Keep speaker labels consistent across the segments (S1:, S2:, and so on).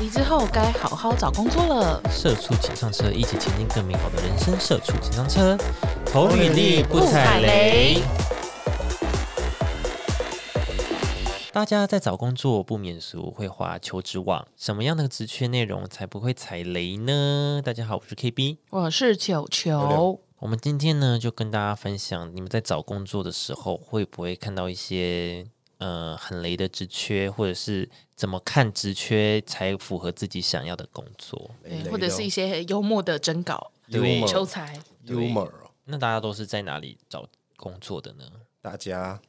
S1: 离职后该好好找工作了。
S2: 社畜请上车，一起前进更美好的人生。社畜请上车，投履历不踩雷。大家在找工作不免俗，会画求职网，什么样的职缺内容才不会踩雷呢？大家好，我是 KB。
S1: 我是球球，
S2: 我们今天呢，就跟大家分享，你们在找工作的时候，会不会看到一些呃很雷的职缺，或者是怎么看职缺才符合自己想要的工作？
S1: 对或者是一些幽默的征稿、
S2: 对
S1: 求
S3: humor
S1: 财。
S3: humor，哦
S2: 那大家都是在哪里找工作的呢？
S3: 大家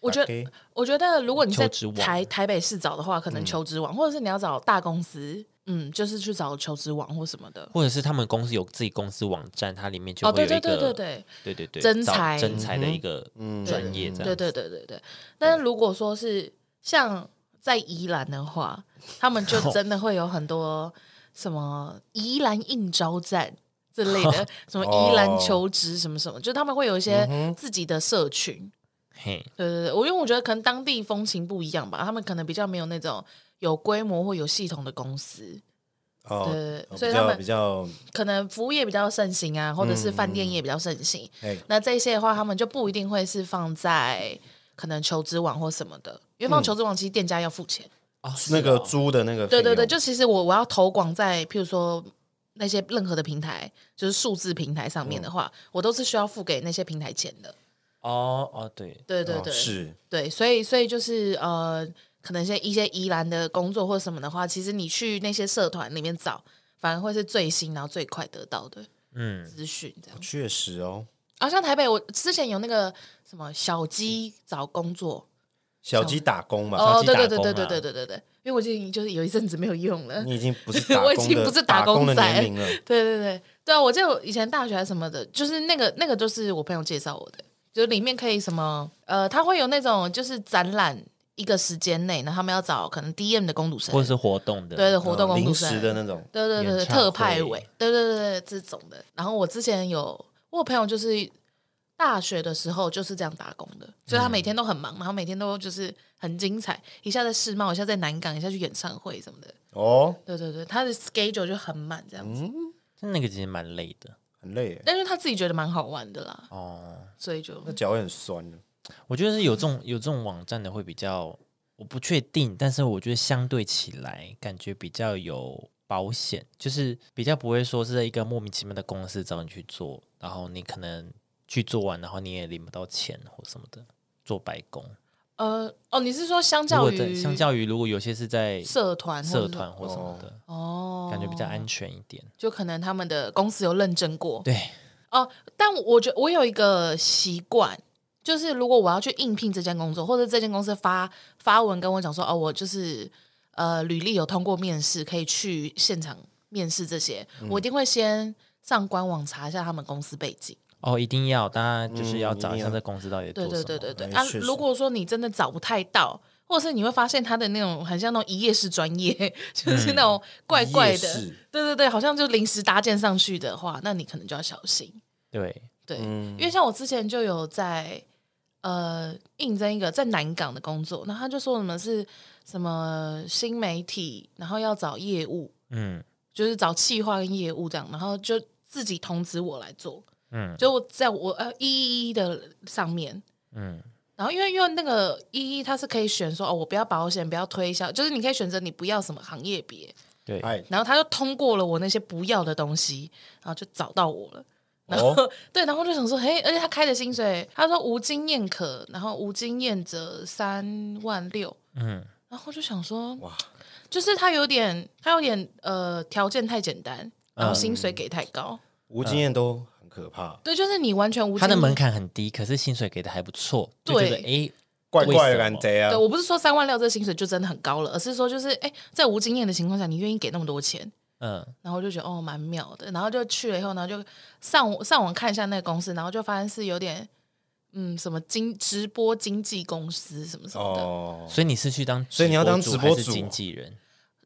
S1: 我觉得，
S3: OK
S1: 我觉得如果你在
S2: 求职网嗯
S1: 台台北市找的话，可能求职网，或者是你要找大公司，嗯，就是去找求职网或什么的。
S2: 或者是他们公司有自己公司网站，它里面就
S1: 哦，
S2: 会
S1: 对
S2: 有
S1: 对
S2: 一
S1: 对
S2: 个
S1: 对对
S2: 对对对
S1: 真
S2: 找
S1: 才
S2: 真
S3: 嗯
S2: 才的一个专业这样
S1: 对
S2: 子。
S1: 嗯对对对对。但是如果说是像在宜兰的话，他们 就真的会有很多什么宜兰应招站。之类 的，什么宜
S2: 哦
S1: 兰求职什么什么，就他们会有一些
S2: 嗯
S1: 自己的社群，
S2: 嘿，
S1: 对对对，我因为我觉得可能当地风情不一样吧，他们可能比较没有那种有规模或有系统的公司，
S3: 哦
S1: 对，
S3: 哦
S1: 所以
S3: 比
S1: 他
S3: 较
S1: 们
S3: 比较
S1: 可能服务业比较盛行啊，或者是饭
S2: 嗯
S1: 店业比较盛行。
S3: 哎，
S1: 那这些的话，他们就不一定会是放在可能求职网或什么的，因为
S3: 嗯
S1: 放求职网其实店家要付钱。
S2: 哦，是
S3: 那个
S2: 哦
S3: 租的那个费
S1: 对
S3: 用，
S1: 对对，就其实我我要投广在譬如说那些任何的平台，就是数字平台上
S3: 嗯
S1: 面的话，我都是需要付给那些平台钱的。
S2: 哦哦，对，
S1: 对对
S3: 哦
S1: 对，
S3: 是
S1: 对，所以所以就是呃，可能像一些宜兰的工作或什么的话，其实你去那些社团里面找，反而会是最新然后最快得到的
S2: 嗯，
S1: 资讯这样。
S3: 确实哦。
S1: 啊，像台北，我之前有那个什么小鸡找工作，
S3: 小鸡打工嘛，
S1: 哦，
S2: 鸡
S1: 对对
S2: 打
S1: 对对
S2: 工
S1: 对
S2: 啊
S1: 对对对对，因为我已经就是有一阵子没有用了。
S3: 你已经 不是打
S1: 我已
S3: 工
S1: 经
S3: 的
S1: 不是打
S3: 打
S1: 工
S3: 工的
S1: 仔
S3: 年龄了，
S1: 对对对对啊！我记得我以前大学还是什么的，就是那个那个就是我朋友介绍我的，就是里面可以什么呃，他会有那种就是展览一个时间内，然后他们要找可能 DM 的工读生
S2: 或，者是活动的，
S1: 对 的活动
S3: 哦
S1: 工读
S3: 临
S1: 生，
S3: 时的那种，
S1: 对对对对，
S2: 演唱会
S1: 特派委，对对对对这种的。然后我之前有，我有朋友就是大学的时候就是这样打工的，所以他每天都很忙，然后每天都就是很精彩，一下在世贸，一下在南港，一下去演唱会什么的。
S3: 哦，
S1: 对对对，他的 schedule 就很满这样子，
S2: 嗯但那个其实蛮累的
S3: 很累耶，
S1: 但是他自己觉得蛮好玩的啦，
S2: 哦。
S1: 所以就
S3: 那脚会很酸的。
S2: 我觉得是有这种有这种网站的会比较，我不确定，但是我觉得相对起来感觉比较有保险，就是比较不会说是在一个莫名其妙的公司找你去做，然后你可能去做完，然后你也领不到钱或什么的，做白工。
S1: 呃哦，你是说相
S2: 如
S1: 较
S2: 果
S1: 于
S2: 在相较于如果有些是在
S1: 社团或者
S2: 社
S1: 是
S2: 团或什么的，
S1: 哦，
S2: 感觉比较安全一点。
S1: 就可能他们的公司有认证过，
S2: 对，
S1: 哦，但我觉我有一个习惯，就是如果我要去应聘这间工作，或者这间公司发发文跟我讲说，哦，我就是呃履历有通过面试，可以去现场面试这些，
S2: 嗯
S1: 我一定会先上官网查一下他们公司背景。
S2: 哦，一定要，大家就是要
S3: 嗯
S2: 找一
S3: 一定
S2: 下
S3: 要
S2: 这公司到底在做
S1: 对
S2: 什么。
S1: 对对对对
S3: 哎
S1: 啊！
S3: 确实
S1: 如果说你真的找不太到，或者是你会发现他的那种很像那种一页式专业， 就是那种怪怪
S3: 嗯一
S1: 的
S3: 页式，
S1: 对对对，好像就临时搭建上去的话，那你可能就要小心。
S2: 对
S1: 对，
S3: 嗯
S1: 因为像我之前就有在呃应征一个在南港的工作，然后他就说我们是什么新媒体，然后要找业务，
S2: 嗯
S1: 就是找企划跟业务这样，然后就自己通知我来做，
S2: 嗯
S1: 就我在我呃一一一的上面。
S2: 嗯，
S1: 然后因为因为那个一一它是可以选说哦，我不要保险，不要推销，就是你可以选择你不要什么行业别，
S2: 对，
S3: 哎，
S1: 然后他就通过了我那些不要的东西，然后就找到我了。然后、
S3: 哦
S1: 对，然后就想说，嘿，而且他开的薪水，他说无经验可，然后无经验者三万六，
S2: 嗯
S1: 然后我就想说，
S3: 哇，
S1: 就是他有点，他有点呃，条件太简单，然后薪水给太高，
S3: 无经验都很可怕，
S1: 对，就是你完全无
S2: 它的
S1: 经
S2: 门
S1: 验
S2: 槛很低，可是薪水给的还不错，就
S1: 对
S2: 觉得诶，
S3: 怪
S2: 为
S3: 怪
S2: 什
S3: 的
S2: 么
S3: 感觉啊
S1: 对，我不是说三万六这薪水就真的很高了，而是说就是哎，在无经验的情况下，你愿意给那么多钱，
S2: 嗯，
S1: 然后我就觉得哦蛮妙的，然后就去了以后，然后就上网上网看一下那个公司，然后就发现是有点嗯什么经直播经纪公司什么什么的，
S3: 哦。
S2: 所以你是去当直播主，啊
S3: 所以你要当直播主
S2: 还是经纪人？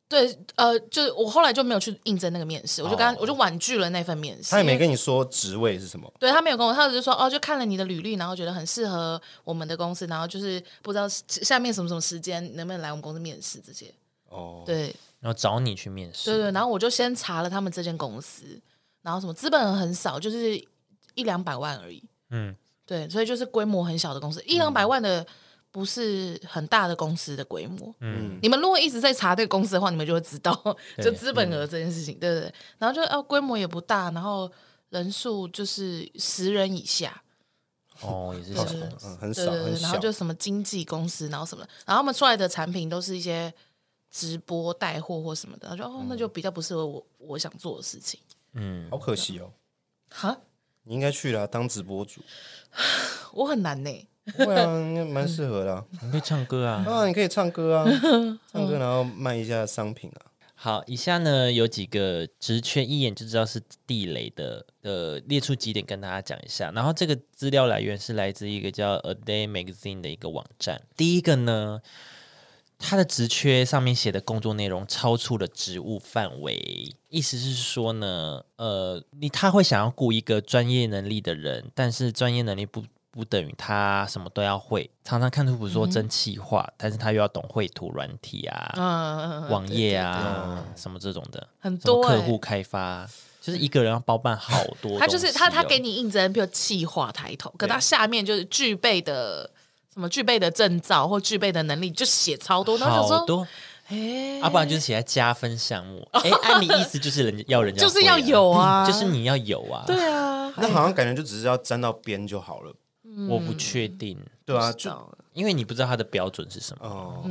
S1: 对，呃，就是我后来就没有去应征那个面试，我就刚、
S2: 哦
S1: 我就婉拒了那份面试。
S3: 他也没
S1: 因为
S3: 跟你说职位是什么，
S1: 对他没有跟我，他只是说哦，就看了你的履历，然后觉得很适合我们的公司，然后就是不知道下面什么什么时间能不能来我们公司面试这些。
S3: 哦，
S1: 对
S2: 然后找你去面试，
S1: 对对，然后我就先查了他们这间公司，然后什么资本很少，就是一两百万而已。
S2: 嗯，
S1: 对，所以就是规模很小的公司，一两百万的不是很大的公司的规模。
S3: 嗯，
S1: 你们如果一直在查这个公司的话，你们就会知道，
S2: 对嗯
S1: 就资本额这件事情，对不对？然后就哦，规模也不大，然后人数就是十人以下，
S2: 哦，也是
S1: 对
S2: 小
S1: 对
S2: 公
S1: 对
S2: 司，
S3: 嗯，很
S1: 对
S3: 少
S1: 对对，
S3: 很
S1: 然
S3: 小
S1: 后，就什么经纪公司，然后什么的，然后他们出来的产品都是一些直播带货或什么的，然后就哦，那就比较不适合我我想做的事情。
S2: 嗯
S3: 好，可惜哦，
S1: 哈，
S3: 你应该去啦，当直播主，
S1: 我很难呢、
S3: 对啊，应该蛮适合的啊，
S2: 你会唱歌啊。
S3: 啊，你可以唱歌 啊，唱歌然后卖一下商品啊，
S2: 好，以下呢有几个直缺，一眼就知道是地雷的，呃，列出几点跟大家讲一下。然后这个资料来源是来自一个叫 A Day Magazine 的一个网站。第一个呢，它的职缺上面写的工作内容超出了职务范围，意思是说呢，呃，你他会想要雇一个专业能力的人，但是专业能力不。不等于他什么都要会，常常看图谱说真气话，但是他又要懂绘图软体啊，
S1: 嗯，
S2: 网页啊什么这种的，
S1: 很
S2: 什
S1: 多、
S2: 么
S1: 欸、
S2: 客户开发，就是一个人要包办好多东西哦、啊
S1: 他就是他，他给你应征，比如企划抬头，可他下面就是具备的什么具备的证照或具备的能力，就写超多。然后
S2: 好
S1: 想说，
S2: 多，
S1: 哎、
S2: 要、不然就是写在加分项目。哎、按你意思就是人家要人家、
S1: 就是要有啊
S2: 嗯 就是你要有啊。
S1: 对啊，
S3: 那好像感觉就只是要沾到边就好了，
S2: 我不确定，
S3: 对啊，
S1: 不知
S3: 就
S1: 道嗯
S2: 因为你不知道他的标准是什么。
S3: 哦，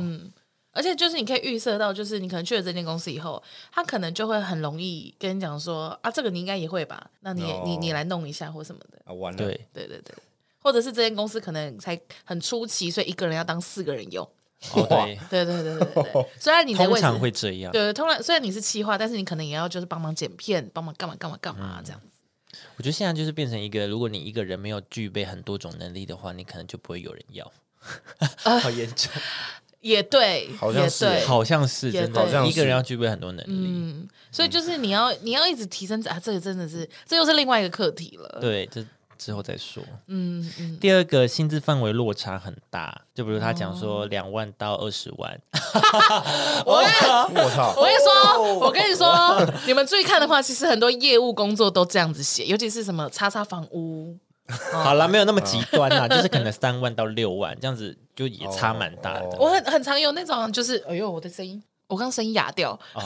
S1: 而且就是你可以预测到，就是你可能去了这间公司以后，他可能就会很容易跟你讲说啊，这个你应该也会吧？那你也、
S3: 哦
S1: 你你来弄一下或什么的。
S3: 啊完了，
S2: 对，
S1: 对对对，或者是这间公司可能才很初期，所以一个人要当四个人用。
S2: 哦对，
S1: 对对对对对对，虽然你的
S2: 通
S1: 位置
S2: 常会这样。
S1: 对，通常虽然你是企划，但是你可能也要就是帮忙剪片，帮忙干嘛干嘛干嘛这样子。
S2: 我觉得现在就是变成一个，如果你一个人没有具备很多种能力的话，你可能就不会有人要。 好严重，
S1: 也对，
S3: 好像是
S1: 也呃对。
S2: 好像是
S1: 也
S2: 真
S1: 对好
S2: 的，
S3: 像
S2: 一个人
S3: 是
S2: 要具备很多能力。
S1: 所以就是你要你要一直提升自啊，这个真的是这又是另外一个课题了。
S2: 对，这之后再说。嗯嗯。第二个薪资范围落差很大，就比如他讲
S1: 哦
S2: 说两万到二十万，
S3: 我
S1: 我
S3: 操，
S1: 跟你
S3: 哦
S1: 说，我跟你说， 你们注意看的话，其实很多业务工作都这样子写，尤其是什么叉叉房屋，
S2: 好啦，没有那么极端
S1: 哦
S2: 啦，就是可能三万到六万这样子，就也差蛮大的。
S1: 我很很常有那种就是，哎呦，我的声音，我刚声音哑掉，
S3: 哦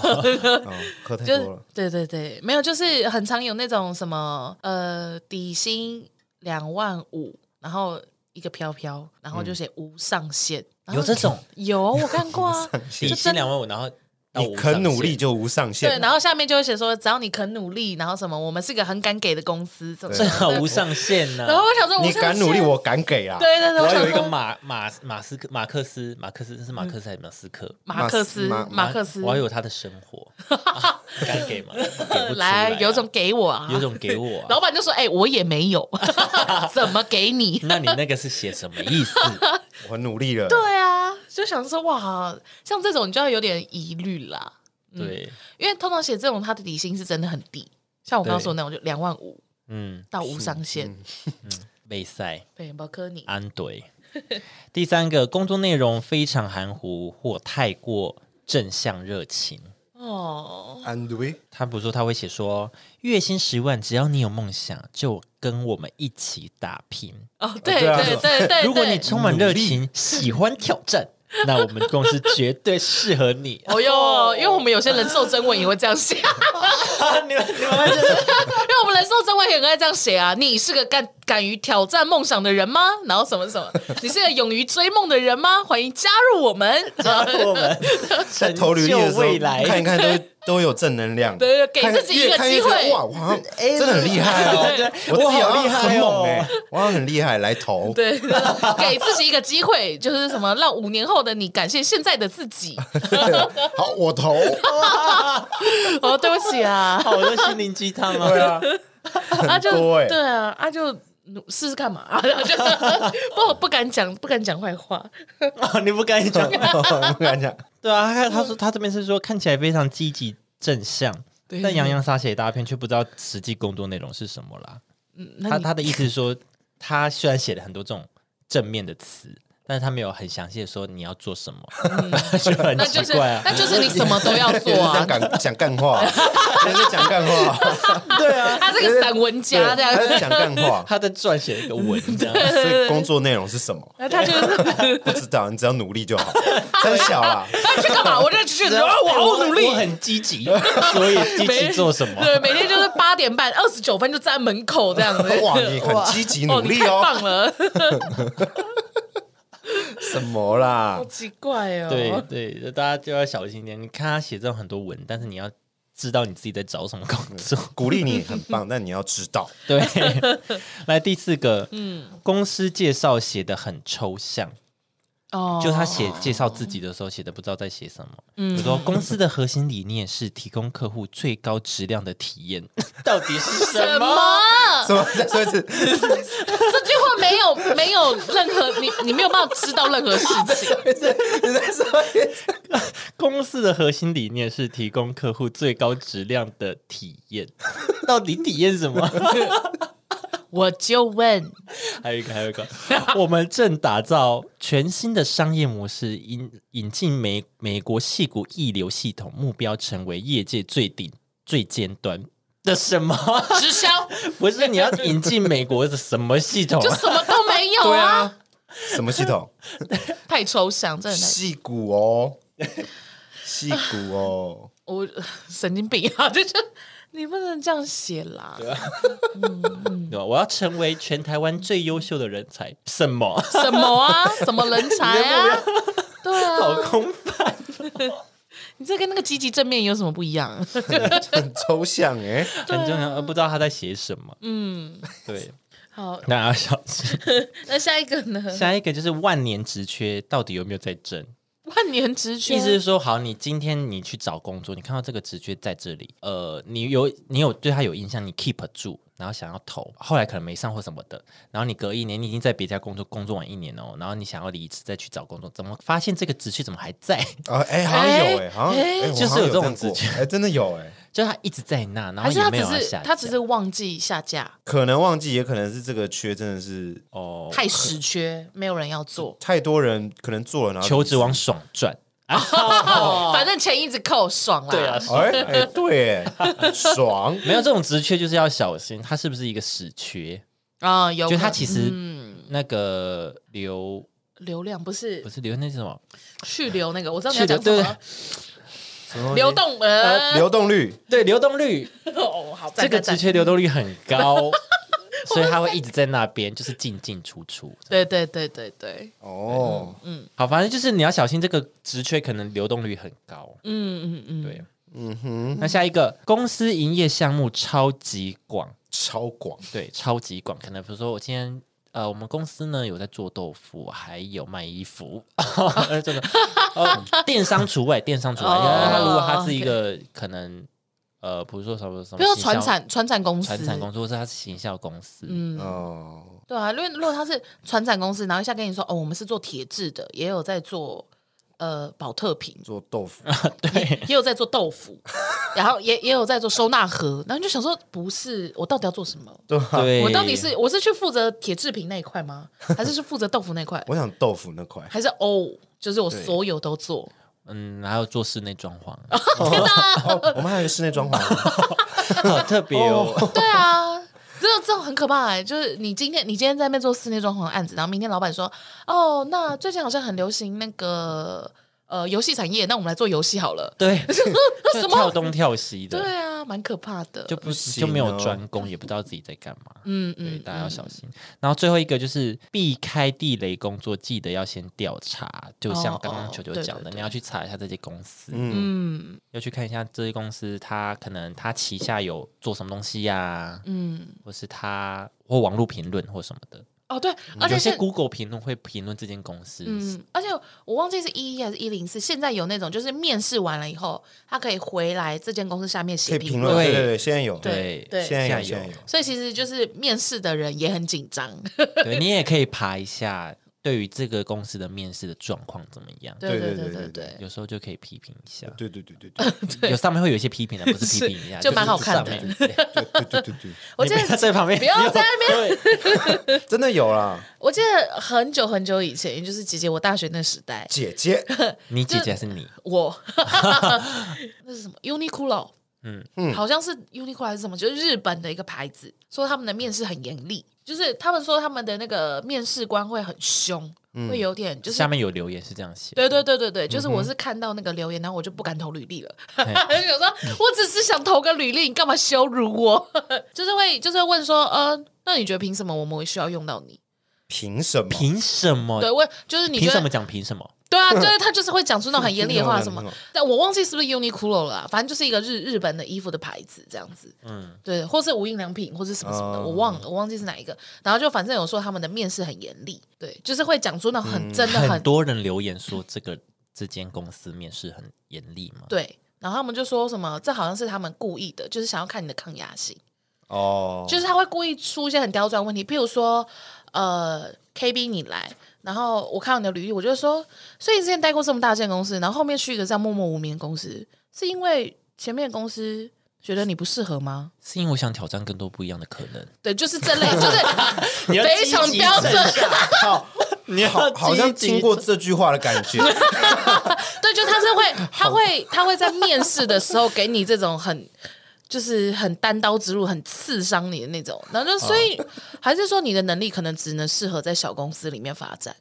S3: 喝 太
S1: 就
S3: 多了，
S1: 对对对，没有，就是很常有那种什么呃底薪两万五，然后一个飘飘，然后就写无上限，然后
S2: 有这种
S1: 哦 有我看过 啊，
S2: 底
S1: 就
S2: 薪
S1: 真
S2: 两万五，然后到
S3: 你
S2: 无上
S3: 肯努力
S2: 限，
S3: 就无上限
S1: 对，，然后下面就会写说只要你肯努力，然后什么我们是个很敢给的公司，怎么
S2: 最
S1: 样
S2: 好啊无上限
S1: 然
S2: 呢
S1: 后。我想说，
S3: 你敢努力，我敢给啊，
S1: 对对对，
S2: 我
S1: 我
S2: 要
S1: 想
S2: 有一个
S1: 说
S2: 马马马斯克马克思马克思这是马克思还是马斯克？
S1: 马克思
S3: 马斯
S1: 马克思
S2: 我，要有他的生 活，啊敢给吗？给不出
S1: 来
S2: 啊
S1: 有种给我啊，
S2: 有种给我啊，
S1: 老板就说，哎，我也没 有， 怎么给你？
S2: 那你那个是写什么意 思？
S3: 我很努力了，
S1: 对啊，就想说哇，像这种你就要有点疑虑啦，
S2: 对，
S1: 因为通常写这种，他的底薪是真的很低，像我刚刚
S2: 对
S1: 说的那种，就两万五
S2: 嗯，啊
S1: 到无上限，
S2: 被塞
S1: 对，包科你
S2: 安怼。 第三个，工作内容非常含糊或太过正向热情。
S1: 哦，
S3: ，and we
S2: 他不是说他会写说月薪十万，只要你有梦想，就跟我们一起打拼。
S1: 哦，对
S3: 对啊
S1: 对对对，
S2: 如果
S1: 对
S2: 你充满热情，喜欢挑 战，那我们公司绝对适合你。
S1: 哦 哟，因为我们有些人寿征文也会这样写，因
S2: 你们你们会真的
S1: 为我们人寿征文也很爱这样写啊。你是个敢敢于挑战梦想的人吗？然后什么什么，你是个勇于追梦的人吗？欢迎加入我们。
S2: 加入我们，
S3: 在投履历的
S2: 成
S3: 时
S2: 就
S3: 候
S2: 未来。
S3: 看一看都都有正能量，
S1: 对给自己一个
S3: 看越
S1: 机会
S3: 看越觉得哇，我 好像真的很厉害
S2: 对
S3: 哦，我自己
S2: 哎我好厉
S3: 好像
S2: 害
S3: 很
S2: 哦
S3: 猛哎，我好像很厉害，来投，
S1: 对，给自己一个机会，就是什么让五年后的你感谢现在的自己。
S3: 好，我投，
S1: 哦，对不起啊，
S2: 好多心灵鸡汤
S3: 对
S2: 啊！
S3: 啊，
S1: 啊就
S3: 多欸
S1: 对啊，啊就努试试干嘛、 啊？然后就不不敢讲，不敢讲坏话。
S3: 啊
S2: 你不敢讲，
S3: 我跟你讲，
S2: 对啊，他他说他这边是说看起来非常积极正向，
S1: 对
S2: 但洋洋洒洒一大篇，却不知道实际工作内容是什么啦。
S1: 嗯，
S2: 他
S1: 那你
S2: 他的 意思是说，他虽然写了很多这种正面的词，但是他没有很详细的说你要做什么， 就很
S1: 嗯那就是
S2: 奇怪啊。
S1: 那就是你什么都要做啊
S3: 在，讲讲干话，他在讲干话，
S1: 他这个散文家这
S3: 对他在
S1: 样，
S3: 讲啊干话。
S2: 他在撰写一个文，这样
S3: 所以工作内容是什么？
S1: 那他就是
S3: 不知道，你只要努力就好。真小啊啦，
S1: 他去干嘛？我这只是
S2: 然
S1: 啊，
S2: 后
S1: 我好
S2: 很
S1: 努力
S2: 我，很积极，所以 积极做什么？
S1: 对，每天就是八点半，二十九分就站在门口这样子。
S3: 哇， 你很积极努
S1: 哦，你
S3: 力
S1: 太
S3: 哦。
S1: 棒了，
S3: 什么啦
S1: 好？奇怪哦。
S2: 对对，就大家就要小心一点。你看他写这种很多文，但是你要知道你自己在找什么
S1: 嗯
S2: 工作。
S3: 鼓励你很棒，但你要知道，
S2: 对， 来第四个，嗯，公司介绍写的很抽象，
S1: 哦，
S2: 就他写介绍自己的时候，写的不知道在写什么。嗯，比如说公司的核心理念是提供客户最高质量的体验， 到底是什
S1: 什么？
S2: 么？
S3: 嗯什么？ 所以是
S1: 这句话没有没有任何你你没有办法知道任何事 情，
S3: 你在说
S2: 公司的核心理念是提供客户最高质量的体 验，到底体验什 么？
S1: 我就问，
S2: 还有一个，还有一个，我们正打造全新的商业模式，引引进美美国戏骨一流系统，目标成为业界最顶最尖端的什么？
S1: 直销
S3: 啊
S2: 不是你要引进美国的什么系统、
S1: 就
S2: 啊？
S1: 什么都没有
S3: 对
S1: 啊，
S3: 啊？什么嗯系统？
S1: 太抽象，真的太，
S3: 戏骨哦，戏骨哦，
S1: 我神经病啊，就是你不能这样写啦，
S3: 啊
S2: 对吧我要成为全台湾最优秀的人才，什么？
S1: 什么啊，什么人才 啊，对
S2: 好
S1: 啊，
S2: 空泛。
S1: 你这跟那个积极正面有什么不一样？
S3: 很抽象哎。
S1: 啊
S2: 很重要，而呃不知道他在写什么。嗯，对，
S1: 好，
S2: 大家要小 心。
S1: 那下一个呢？
S2: 下一个就是万年职缺到底有没有在争？
S1: 万年直缺
S2: 意思是说，好，你今天你去找工作，你看到这个职缺在这里，呃，你有你有对他有印象，你 keep 住，然后想要投，后来可能没上或什么的，然后你隔一年，你已经在别家工作工作完一年哦，然后你想要离职再去找工作，怎么发现这个职缺怎么还在？
S3: 啊，哎，好像有哎，好像
S1: 哎
S3: 哎，我
S2: 就是
S3: 好像
S2: 有
S3: 有
S2: 这种
S3: 看过
S2: 直觉
S3: 哎，真的有哎，
S2: 就他一直在那，然后
S1: 还是他
S2: 也没
S1: 只
S2: 有要
S1: 是
S2: 下
S1: 他只是
S2: 架
S1: 忘记下架，
S3: 可能忘记，也可能是这个缺真的是
S2: 哦，
S1: 太实缺，没有人要做。
S3: 太多人可能做了，然后
S2: 求职王爽赚。
S1: 反正钱一直扣，爽啦。
S2: 哦对啊，
S3: 哎哎，对哎，爽，
S2: 没有这种职缺就是要小心，它是不是一个死缺？
S1: 啊，有
S2: 就
S1: 可
S2: 它
S1: 能
S2: 其实
S1: 嗯，
S2: 那个流
S1: 流量不是
S2: 不是流，那是什么？
S1: 去流那个，我知道你要讲
S2: 去
S1: 什
S2: 流
S1: 么，
S3: 什么东 西
S1: 流动呃，
S3: 流动率
S2: 对，流动率
S1: 哦，好，
S2: 这
S1: 赞
S2: 个
S1: 赞
S2: 职
S1: 赞，
S2: 缺流动率很高，所以它会一直在那边，就是进进出出。
S1: 对对对对对，
S3: 哦，
S2: 好，反正就是你要小心这个职缺可能流动率很高。
S1: 嗯嗯嗯，
S2: 对，
S3: 嗯哼，
S2: 那下一个公司营业项目超级广，
S3: 超广，
S2: 对，超级广。可能比如说我今天。呃，我们公司呢有在做豆腐，还有卖衣服， 这个呃，电商除外，电商除外。
S1: 哦
S2: 因为他如果他是一个可能呃，比如说什么什么，
S1: 比如说传产传产公司
S2: 传，产公司，或是他是行销公司，
S1: 嗯，
S3: 哦，
S1: 对啊，因为如果他是传产公司，然后一下跟你说哦，我们是做铁质的，也有在做呃保特瓶，
S3: 做豆腐，
S1: 也有在做豆腐，然后也也有在做收纳盒，然后你就想说，不是我到底要做什么？
S3: 对啊吧？
S2: 对，
S1: 我到底是我是去负责铁制品那一块吗？还是是负责豆腐那一块？
S3: 我想豆腐那块，
S1: 还是哦，就是我所有都做？
S2: 嗯，还有做室内装 潢，
S3: 哦，我们还有室内装潢，
S2: 好特别哦。
S1: 对啊，这种这种很可怕哎、就是你今天你今天在那边做室内装潢的案子，然后明天老板说哦，那最近好像很流行那个呃游戏产业，那我们来做游戏好了。
S2: 对，
S1: 什
S2: 就
S1: 么
S2: 跳东跳西的，
S1: 对啊，蛮可怕的。
S2: 就不
S3: 行
S2: 就没有
S3: 哦
S2: 专攻，也不知道自己在干嘛。
S1: 嗯
S2: 对，
S1: 嗯，
S2: 大家要小心。然后最后一个就是避开地雷工作，记得要先调查，就像
S1: 哦
S2: 刚刚
S1: 哦
S2: 球
S1: 对
S2: 球
S1: 对
S2: 讲的，
S1: 对
S2: 你要去查一下这些公司，
S3: 嗯，
S1: 嗯
S2: 要去看一下这些公司，它可能它旗下有做什么东西呀，
S1: 嗯，
S2: 或是它或网络评论或什么的。
S1: 哦对，而且
S2: 嗯有
S1: 是
S2: 些 Google 评论会评论这间公司，
S1: 嗯，而且我忘记是一一还是一零四，现在有那种就是面试完了以后，他可以回来这间公司下面
S3: 可
S1: 写
S3: 以评论，啊
S1: 论。
S2: 对
S3: 对对对，现在有，
S1: 对
S2: 对
S1: 对
S3: 现在
S2: 现
S3: 有，现
S2: 在
S3: 在
S2: 有
S3: 有，
S1: 所以其实就是面试的人也很紧张，
S2: 对你也可以爬一下对于这个公司的面试的状况怎么样，
S1: 对
S3: 对
S1: 对
S3: 对
S1: 对
S3: 对对
S2: 有时候就可以批评一下。
S3: 对对对对对
S2: 有上面会有一些批评的，不是批评一 下，
S1: 就是蛮好看的
S2: 上面对
S3: 对对对对对，
S1: 我记
S2: 你不要
S1: 得
S2: 在旁边，
S1: 不要在
S2: 那边。
S3: 真的有啦，
S1: 我记得很久很久以前，就是姐姐我大学那时代，
S3: 姐姐，
S2: 你姐姐还是你？
S1: 我 那是什么 Uniqlo，
S2: 嗯
S1: 嗯，好像是 Uniqlo 还是什么，就是日本的一个牌子，说他们的面试很严厉，就是他们说他们的那个面试官会很凶，会有点就是
S2: 下面有留言是这样写，
S1: 对对对对对，就是我是看到那个留言，然后我就不敢投履历了，就 想说我只是想投个履历，你干嘛羞辱我？ 就是会就是会问说，呃，那你觉得凭什么我们会需要用到你？
S3: 凭什么？
S2: 凭什么
S1: 对，？问就是你
S2: 凭
S1: 觉
S2: 什
S1: 得
S2: 么讲凭什么？
S1: 对啊，就是他就是会讲出那种很严厉的话，什
S3: 听到了
S1: 么
S3: 听到了？
S1: 但我忘记是不是 Uniqlo 了啊、反正就是一个日日本的衣服的牌子这样子。嗯，对，或是无印良品，或是什么什么的，
S3: 哦
S1: 我忘了，我忘记是哪一个。然后就反正有说他们的面试很严厉，对，就是会讲出那种很、真的嗯很
S2: 很多人留言说这个这间公司面试很严厉嘛，
S1: 对。然后他们就说什么，这好像是他们故意的，就是想要看你的抗压性，
S3: 哦，
S1: 就是他会故意出一些很刁钻的问题，譬如说，呃，KB 你来，然后我看到你的履历，我就说，所以你之前待过这么大间公司，然后后面去一个这样默默无名的公司，是因为前面的公司觉得你不适合吗？
S2: 是因为我想挑战更多不一样的可能。
S1: 对，就是这类，就是非常标准，
S3: 好，
S2: 你
S3: 好，好像听过这句话的感觉，
S1: 对，就他是会，他会，他会在面试的时候给你这种很。就是很单刀直入、很刺伤你的那种，然后就所以还是说你的能力可能只能适合在小公司里面发展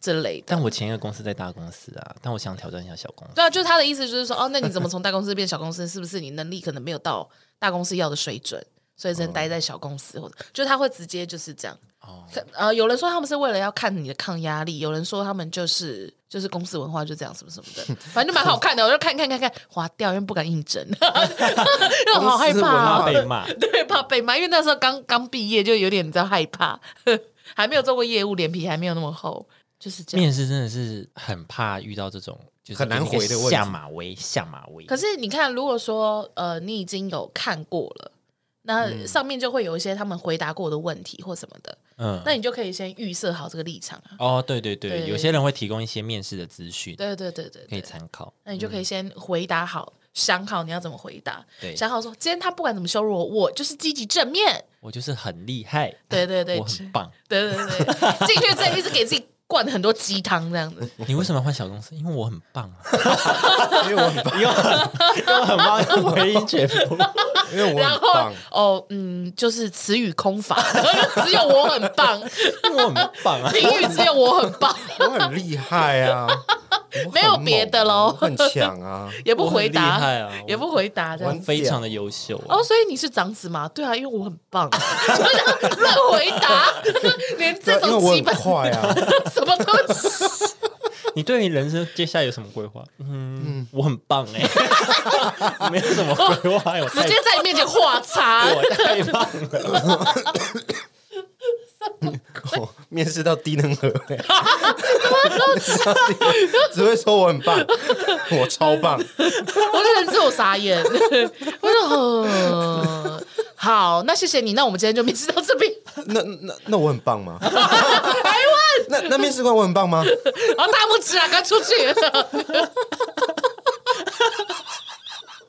S1: 之类的。
S2: 但我前一个公司在大公司啊，但我想挑战一下小公司。
S1: 对啊，就是他的意思就是说，哦，那你怎么从大公司变小公司？是不是你能力可能没有到大公司要的水准，所以只能待在小公司，或者就是他会直接就是这样。
S2: 哦
S1: 可呃，有人说他们是为了要看你的抗压力，有人说他们就是就是公司文化就这样什么什么 的，反正就蛮好看的，我就看看看看，划掉，因为不敢应 征，因为我好害
S3: 公司文
S1: 怕、
S2: 怕
S1: 哦，
S2: 被骂，
S1: 对，怕被骂，因为那时候刚刚毕业，就有点你知道害怕， 还没有做过业务，脸皮还没有那么厚，就是这样。
S2: 面试真的是很怕遇到这种就是
S3: 很难回的问题
S2: 下马威，下马威。
S1: 可是你看，如果说呃你已经有看过了，那上面就会有一些他们回答过的问题或什么的，
S2: 嗯，
S1: 那你就可以先预设好这个立场啊。
S2: 哦，对对对，
S1: 对
S2: 有些人会提供一些面试的资讯，
S1: 对对对对
S2: 可以
S1: 对，
S2: 嗯参考。
S1: 那你就可以先回答好，想好你要怎么回答，
S2: 对
S1: 想好说今天他不管怎么羞辱我，我就是积极正面。
S2: 我就是很厉害，
S1: 对对对，
S2: 我很棒。
S1: 对对对， 对进去之后一直给自己灌很多鸡汤这样子。
S2: 你为什么要换小公司？因为我很棒啊，
S3: 因为我很
S2: 因
S3: 棒，
S2: 为我因为我很棒，又回应全部。
S3: 因为我
S1: 然
S3: 很
S1: 后
S3: 棒，
S1: 哦，嗯，就是词语空乏， 然后就只有我很 棒，
S2: 我很棒啊！
S1: 评语只有我很棒。
S3: 我很厉害啊，我很
S1: 没有别的喽
S3: 猛我很强啊，
S1: 也不回
S2: 我
S1: 答，
S2: 很厉害啊我
S1: 也不回答这样
S3: 我。
S2: 非常的优秀啊、
S1: 哦，所以你是长子吗？对啊，因为我很棒，就是乱回答，连
S3: 对
S1: 这
S3: 啊，因为
S1: 种
S3: 我
S1: 基
S3: 很
S1: 本
S3: 快啊，
S1: 什么东西，
S2: 你对你人生接下来有什么规划？嗯，我很棒哎、没有什么规划，我
S1: 直
S2: 太
S1: 接在你面前画叉。
S2: 我太棒了。
S3: 我面试到低能儿、欸， 只会说我很棒，我超棒，
S1: 我就人之我傻眼，我就呃，好，那谢谢你，那我们今天就面试到这边。
S3: 那那那我很棒吗？还问？那那面试官我很棒吗？
S1: 然后大拇指啊，赶快出去。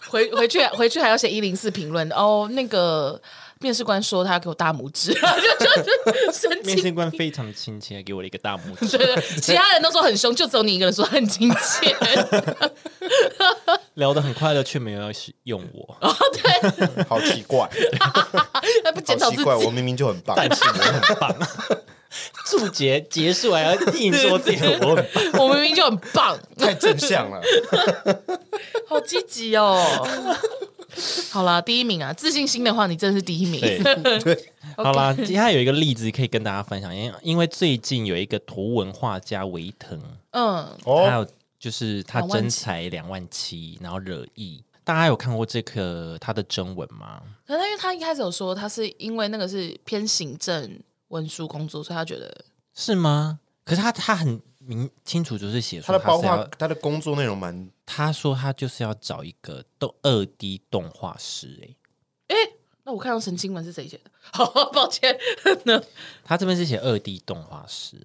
S1: 回回去回去还要写一零四评论哦。那个面试官说他要给我大拇指，就就就生
S2: 面
S1: 气。
S2: 试官非常亲切，给我了一个大拇指。
S1: 对对，其他人都说很凶，就只有你一个人说很亲 切。哦
S2: 聊得很快乐，却没有要用我，
S1: 哦，对，
S3: 好奇怪，
S1: 还不
S3: 好
S1: 检讨自
S3: 奇怪，我
S1: 己。
S3: 明明就很棒，
S2: 但是我很棒。注解结束还要硬说自己我很棒，
S1: 我明明就很棒，
S3: 太正向了。
S1: 好积极哦。 好啦，第一名啊，自信心的话，你真的是第一名。
S2: 对
S3: 对，
S2: 好啦，接下来有一个例子可以跟大家分享，因为因为最近有一个图文画家维腾，
S1: 嗯，
S2: 还
S3: 哦，
S2: 有就是他真才两万七，然后惹意。大家有看过这个他的征文吗？
S1: 可能因为他一开始有说，他是因为那个是偏行政文书工作，所以他觉得
S2: 是吗？可是他他很明清楚，就是写
S3: 他
S2: 说
S3: 的
S2: 他
S3: 包
S2: 是
S3: 画
S2: 要，，
S3: 他的工作内容蛮
S2: 他说他就是要找一个动二 D 动画师、欸，
S1: 哎、那我看到陈清文是 谁写的？好，抱歉。
S2: 他这边是写二 D 动画师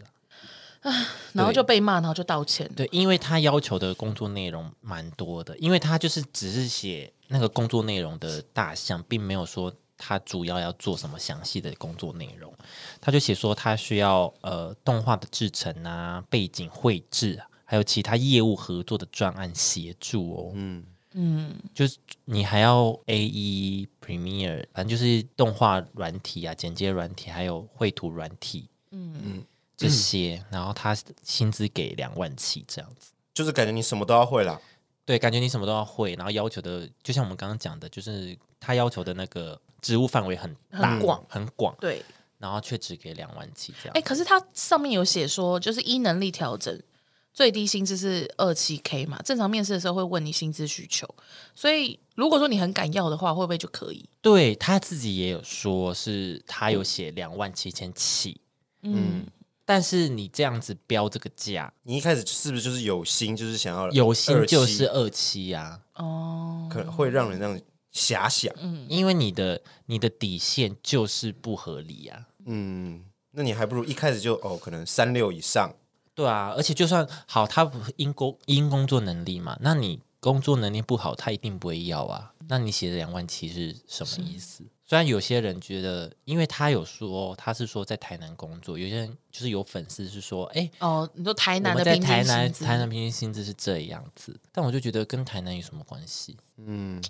S2: 啊、
S1: 然后就被骂，然后就道歉。
S2: 对，因为他要求的工作内容蛮多的，因为他就是只是写那个工作内容的大项，并没有说他主要要做什么详细的工作内容。他就写说他需要呃动画的制成啊、背景绘制啊，还有其他业务合作的专案协助哦。
S3: 嗯，
S2: 就是你还要 A E Premiere，反正就是动画软体啊、剪接软体，还有绘图软体，嗯这些。然后他薪资给两万七这样子。
S3: 就是感觉你什么都要会啦。
S2: 对，感觉你什么都要会，然后要求的，就像我们刚刚讲的，就是他要求的那个职务范围很大、
S1: 很广
S2: 很广，
S1: 对，
S2: 然后却只给两万七这样
S1: 哎、。可是它上面有写说，就是依能力调整，最低薪资是二七 K 嘛。正常面试的时候会问你薪资需求，所以如果说你很敢要的话，会不会就可以？
S2: 对他自己也有说，是他有写两万七千起，
S1: 嗯，
S2: 但是你这样子标这个价，
S3: 你一开始是不是就是有心，就是想要
S2: 有心就是
S3: 27
S2: 二七啊呀。
S1: 哦，
S3: 可能会让人让遐想。
S1: 嗯
S2: 因为你的你的底线就是不合理啊。
S3: 嗯，那你还不如一开始就哦，可能三六以上。
S2: 对啊，而且就算好，他不因工因工作能力嘛，那你工作能力不好，他一定不会要啊。那你写的两万七是什么意思？虽然有些人觉得，因为他有说他是说在台南工作，有些人就是有粉丝是说，哎、
S1: 哦，你说台
S2: 我
S1: 南
S2: 们
S1: 的
S2: 在
S1: 平
S2: 台
S1: 均
S2: 南，
S1: 薪资，
S2: 台南平均薪资是这样子，但我就觉得跟台南有什么关系？
S3: 嗯，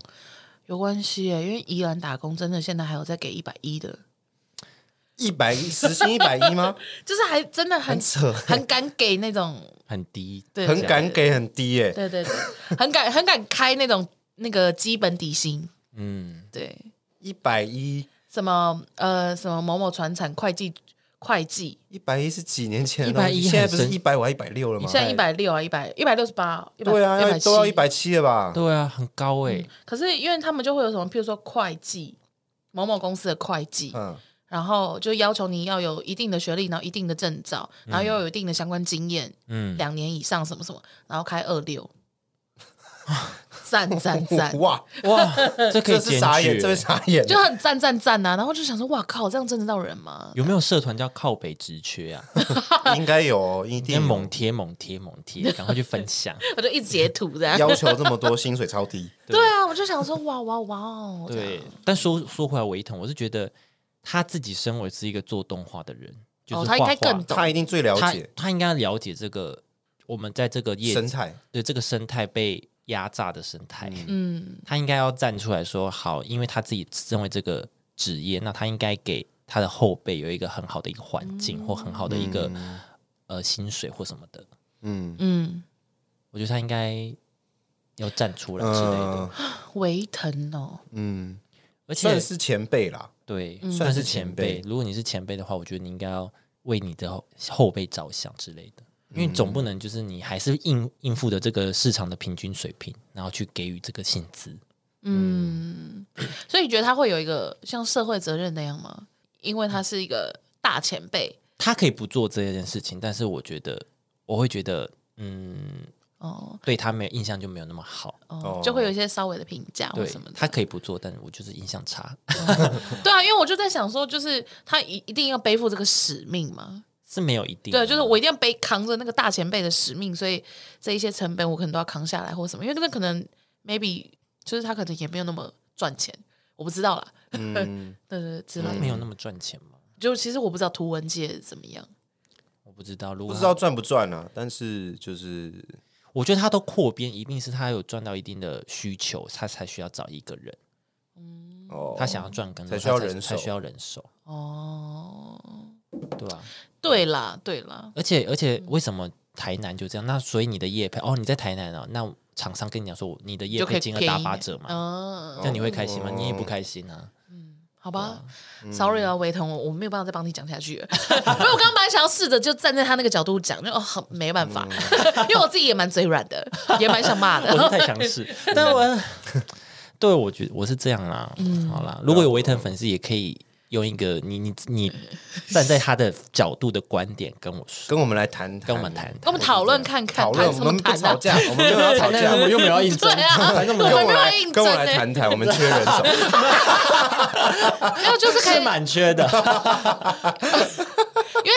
S1: 有关系耶，因为宜兰打工真的现在还有在给一百一的，
S3: 一百一时薪一百一吗？
S1: 就是还真的很
S3: 很扯，
S1: 很敢给那种，
S2: 很低，
S1: 对，
S3: 很敢，给很低耶、
S1: 对对对，很敢很敢开那种那个基本底薪，
S2: 嗯，
S1: 对，
S3: 一百一，
S1: 什么呃什么某某传产会计会计，
S3: 一百一是几年前的东西
S2: 110
S3: 现在不
S2: 很
S3: 是
S2: 神
S3: 一百五还一百六了吗
S1: 现？在一百六啊，一百一百六十八，100
S3: 对啊，要
S1: 170
S3: 都要一百七了吧？
S2: 对啊，很高哎、
S1: 可是因为他们就会有什么，譬如说会计，某某公司的会计，
S3: 嗯，，
S1: 然后就要求你要有一定的学历，然后一定的证照，然后又有一定的相关经验，
S2: 嗯，
S1: 两年以上什么什么，然后开二六，赞赞赞
S3: 哇，
S2: 嗯哇， 这可以
S3: 这
S2: 检
S3: 是
S2: 举
S3: 傻眼，
S2: 欸
S3: 这是傻眼，
S1: 就很赞赞赞呐、啊然后就想说，哇靠，这样真的到人吗？
S2: 有没有社团叫靠北直缺啊？
S3: 应该有哦，一
S2: 今天
S3: 定
S2: 猛贴猛贴猛贴，赶快去分享。
S1: 我就一直截图这样。
S3: 要求这么多，薪水超 低。
S1: 对啊，我就想说，哇哇哇哦，这
S2: 对
S1: 样，
S2: 但说说回来，维腾，我是觉得他自己身为是一个做动画的人，就是
S1: 哦
S2: 画画、
S1: 他应该更懂
S3: 他一定最了
S2: 他
S3: 解
S2: 他应该了解这个我们在这个业
S3: 生态，
S2: 对这个生态被压榨的生态，
S1: 嗯，
S2: 他应该要站出来说好，因为他自己身为这个职业，那他应该给他的后辈有一个很好的一个环境、或很好的一个、呃薪水或什么的。
S3: 嗯
S1: 嗯，
S2: 我觉得他应该要站出来之类的。
S3: 嗯
S1: 维腾哦，
S3: 嗯，
S2: 而且
S3: 算是前辈啦。
S2: 对，
S1: 嗯
S3: 算
S2: 算
S3: 是
S2: 是
S3: 前
S2: 前
S3: 辈
S2: 辈。如果你是前辈的话，我觉得你应该要为你的后后辈着想之类的，因为总
S3: 嗯
S2: 不能就是你还是应应付的这个市场的平均水平，然后去给予这个薪资。
S1: 嗯，所以你觉得他会有一个像社会责任那样吗？因为他是一个大前辈
S2: 他可以不做这件事情，但是我觉得我会觉得，嗯，
S1: 哦
S2: 对他没有印象就没有那么好。
S1: 哦
S3: 哦，
S1: 就会有一些稍微的评价或
S2: 对
S1: 啊什么，的。
S2: 他可以不做，但我就是印象差，
S1: 对啊，因为我就在想说，就是他一一定要背负这个使命嘛。
S2: 是没有一定的。啊
S1: 对，就是我一定要背扛着那个大前辈的使命，所以这一些成本我可能都要扛下来或什么，因为这个可能 maybe 就是他可能也没有那么赚钱，我不知道啦。
S3: 嗯，
S1: 对对对，之
S2: 他
S1: 类的，
S2: 没有那么赚钱嘛，
S1: 就其实我不知道图文界怎么样。
S2: 我不知道。如
S3: 不
S2: 果
S3: 知
S2: 他
S3: 道赚不赚啊，但是就是
S2: 我觉得他都扩编，一定是他有赚到一定的需求，他才需要找一个人。
S3: 哦，
S2: 他想要赚更多，
S3: 才需要
S2: 他
S3: 人
S2: 才
S3: 手
S2: 需要人手，
S1: 哦，
S2: 对吧、
S1: 对啦，对啦，
S2: 而且而且为什么台南就这样？那所以你的业配哦，你在台南啊，那厂商跟你讲说你的业
S1: 就可
S2: 配
S1: 以
S2: 金额
S1: 便
S2: 打
S1: 宜
S2: 八折嘛，
S1: 嗯，
S2: 那你会开心吗？
S3: 哦
S2: 你也不开心啊。
S1: 好吧、s o r r y 啊，维腾，我我没有办法再帮你讲下去了， 因为我刚刚本来想要试着就站在他那个角度讲，就哦，好没办法， 因为我自己也蛮嘴软的，也蛮想骂
S2: 我是
S1: 的。
S2: 太强势，但我对我觉得我是这样啦。
S1: 嗯
S2: 好啦，如果有维腾粉丝也可以。用一个你你你站在他的角度的观点跟我说，
S3: 跟我们来谈，
S2: 跟我们谈，
S1: 跟我们讨论看看，
S3: 讨论，
S1: 谈
S3: 我
S1: 什么
S3: 们不
S1: 谈
S3: 吵
S1: 啊？
S3: 架，我们没 有要吵架，
S2: 我们又没有要应
S1: 对啊，我
S3: 跟
S1: 们
S3: 我
S1: 没有欸
S3: 来
S1: 应
S3: 跟
S1: 征
S3: 我来
S1: 呢，
S3: 谈谈，我们缺人手，
S1: 没有就是可以，
S2: 是
S1: 因为
S2: 蛮缺的。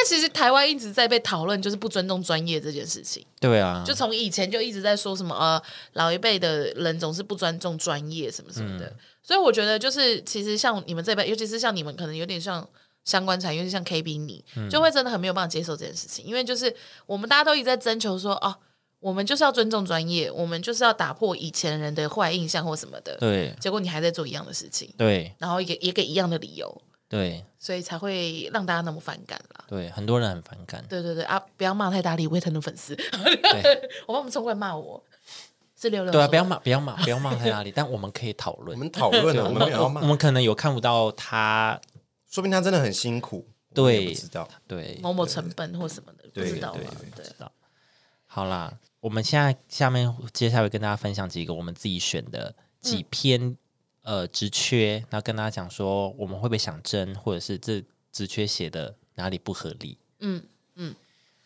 S1: 其实台湾一直在被讨论，就是不尊重专业这件事情。
S2: 对啊，
S1: 就从以前就一直在说什么呃，老一辈的人总是不尊重专业什么什么的。所以我觉得就是其实像你们这辈，尤其是像你们可能有点像相关产业，尤其像 KB 你，就会真的很没有办法接受这件事情，因为就是我们大家都一直在征求说哦。我们就是要尊重专业，我们就是要打破以前人的坏印象或什么的。
S2: 对
S1: 结果你还在做一样的事情，
S2: 对
S1: 然后也也给一样的理由，
S2: 对
S1: 所以才会让大家那么反感啦。
S2: 对，很多人很反感。
S1: 对对对啊，不要骂太大力，威腾的粉丝， 我妈妈冲过来骂我，是六六
S2: 对啊，
S1: 说的
S2: 不要骂，不要骂，不要骂在哪里？ 但我们可以讨
S3: 我
S2: 论。
S3: 们讨论
S2: 对，
S3: 了，我
S2: 我
S3: 们没有要
S2: 我
S3: 骂
S2: 我，们可能有看不到他，
S3: 说不定他真的很辛苦，我们也
S2: 对
S3: 不知道。
S2: 对，
S1: 某某成本或什么的，不
S3: 对
S1: 知道
S3: 对
S1: 嘛？
S3: 对
S1: 对，
S2: 好啦，我们现在下面接下来跟大家分享几个我们自己选的几篇、
S3: 嗯
S2: 呃职缺，然后跟大家讲说我们会不会想争，或者是这职缺写的哪里不合理。
S1: 嗯，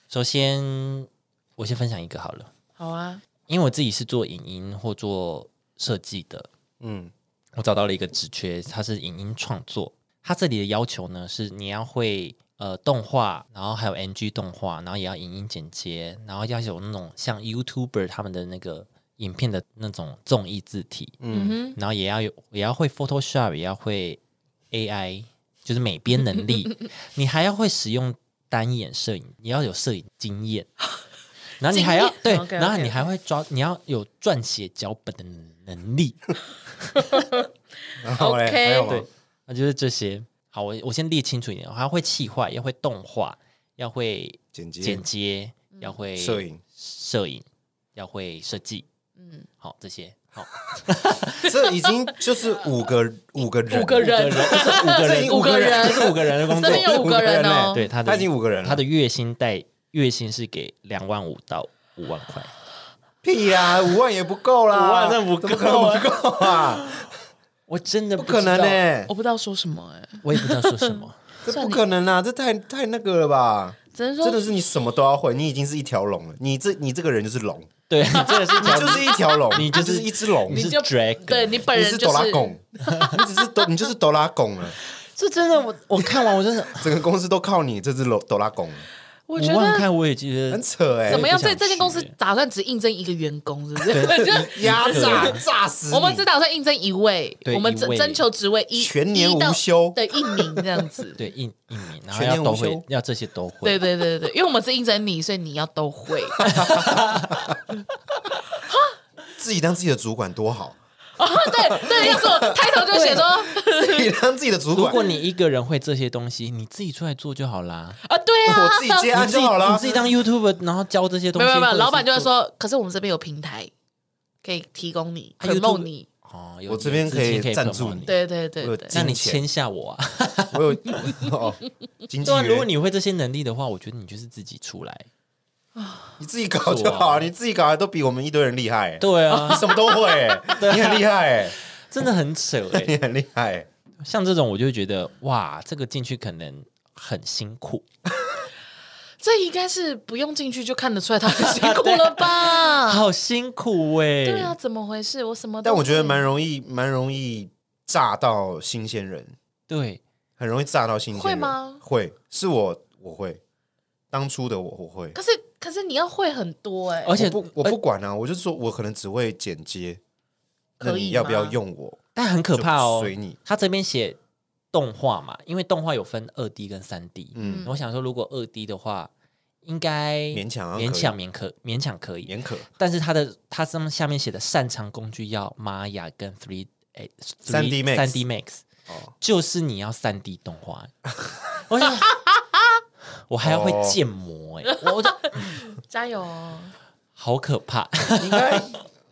S2: 首先，我先分享一个好了，
S1: 好啊，
S2: 因为我自己是做影音或做设计的，
S3: 嗯，
S2: 我找到了一个职缺，它是影音创作。它这里的要求呢是你要会呃动画，然后还有 NG 动画，然后也要影音剪接，然后要有那种像 YouTuber 他们的那个影片的那种综艺字体，
S1: 嗯哼，
S2: 然后也要有也要会 Photoshop，也要会 AI，就是美编能力，你还要会使用单眼摄影，你要有摄影经验。然后你还要
S1: 经
S2: 对
S1: 验 OK，OK，OK
S2: 然后你还会抓，你要有撰写脚本的能力。
S3: 然后嘞
S1: OK
S3: 还有
S2: 对
S3: 吗？，
S2: 那就是这些。好，我我先列清楚一点，还会气化，要会动画，要会
S3: 剪辑、
S2: 剪接，要会
S3: 摄影，
S2: 摄影要会设计。
S1: 嗯，
S2: 好，这些好，
S3: 这已经就是五个五个人，
S1: 五个人，
S2: 五个
S3: 这已
S2: 人，
S3: 经五个人，
S2: 这是五个人的工
S1: 这
S2: 作。
S1: 边有五个人哦，
S2: 对，他的
S3: 他已经五个人了
S2: 他的月薪带月薪是给两万五到五万块，
S3: 屁啦，五万也不够啦，
S2: 五万那不够啊
S3: 怎么可能不够啊，
S2: 我真的
S3: 不
S2: 不
S3: 可能欸
S2: 知道
S3: 呢
S1: 我，不知道哦说什么哎，
S2: 我也不知道说什 么。
S3: 这不可能啊，这太太那个了吧？
S1: 只能
S3: 真的
S1: 说
S3: 是你什么都要会，你已经是一条龙了，你这你这个人就是龙，
S2: 对，你真的是
S3: 你就是一条龙，
S2: 你
S3: 你
S2: 就
S3: 就是是一只龙，
S2: 你
S3: 你
S2: 是
S1: 就
S2: drag，
S1: 对你本人
S3: 是
S1: 就
S3: 哆啦
S1: 是
S3: 拱，你只是哆，你就是哆啦拱了，
S2: 这真的我我看完我真的
S3: 整个公司都靠你这只哆哆啦拱了，
S1: 我
S2: 五
S1: 觉
S2: 万
S1: 得
S2: 块我也觉
S3: 很
S2: 得
S3: 扯哎
S1: 怎，么样？
S2: 我
S1: 这
S2: 也不想
S1: 这间公司
S2: 去
S1: 打算只应征一个员工，是不是？就
S3: 压榨榨死你
S1: 我们只打算应征一位，
S2: 对
S1: 我们
S2: 一
S1: 征
S2: 位
S1: 征求职位一
S3: 全年
S1: 一到
S3: 无休
S1: 对一名这样子。
S2: 对印印尼，然后
S3: 全
S2: 要
S3: 年
S2: 都
S3: 无
S2: 会
S3: 休，
S2: 要这些都会。
S1: 对对对对对，因为我们是应征你，所以你要都会。
S3: 自己当自己的主管多好，
S1: 对对，要说开头就写说
S3: 自己当自己的主
S2: 如
S3: 管，
S2: 果你一个人会这些东西，你自己出来做就好啦。
S1: 啊，对啊，
S3: 我自己接
S2: 你
S3: 案
S2: 自己
S3: 就好了，
S2: 你自己当 YouTuber，然后教这些东
S1: 没
S2: 西。
S1: 有没有没
S2: 或
S1: 有，
S2: 者
S1: 老板就会
S2: 做
S1: 说，可是我们这边有平台可以提供你
S2: 啊，YouTube-
S1: promote 你，
S2: 哦，有
S3: 我这边
S2: 有资
S3: 可以
S2: 金可以
S3: 赞
S2: promote
S3: 助
S2: 你
S3: 你。
S1: 对对对
S3: 我有
S1: 对，
S2: 那你
S3: 金钱
S2: 签下我啊！
S3: 我有哦，经纪
S2: 对啊，
S3: 人，
S2: 如果你会这些能力的话，我觉得你就是自己出来。
S3: 你自己搞就好，你自己搞的都比我们一堆人厉害、欸，
S2: 对啊
S3: 你，什么都会、欸，你很厉害、欸，
S2: 真的很扯哎、
S3: 你很厉害、欸。
S2: 像这种，我就会觉得哇，这个进去可能很辛苦。
S1: 这应该是不用进去就看得出来他很辛苦了 吧？
S2: 好辛苦哎、
S1: 啊对啊，，怎么回事？我什么都
S3: 但
S1: 会？
S3: 我觉得蛮容易，蛮容易炸到新鲜人，
S2: 对，
S3: 很容易炸到新鲜人。
S1: 会吗
S3: 会，是我我会，当初的我我会，
S1: 可是可是你要会很多哎，
S2: 而且
S3: 我不我不管啊，我就说我可能只会剪接，那
S1: 可以
S3: 你要不要
S1: 吗
S3: 用我？
S2: 但很可怕哦
S3: 就随你。嗯
S2: 他这边写动画嘛，因为动画有分二 D 跟三 D。
S3: 嗯，
S2: 我想说，如果二 D 的话，应该
S3: 勉强
S2: 勉
S3: 啊可以
S2: 强勉可勉强可以。
S3: 严可
S2: 但是它的它上面下面写的擅长工具要 Maya 跟 Three 诶
S3: 3D Max
S2: 三 D Max，
S3: 哦，
S2: 就是你要三 D 动画。我 想，我还要会
S3: 哦
S2: 建模哎、我我就
S1: 加油哦！
S2: 好可怕！
S3: 应该，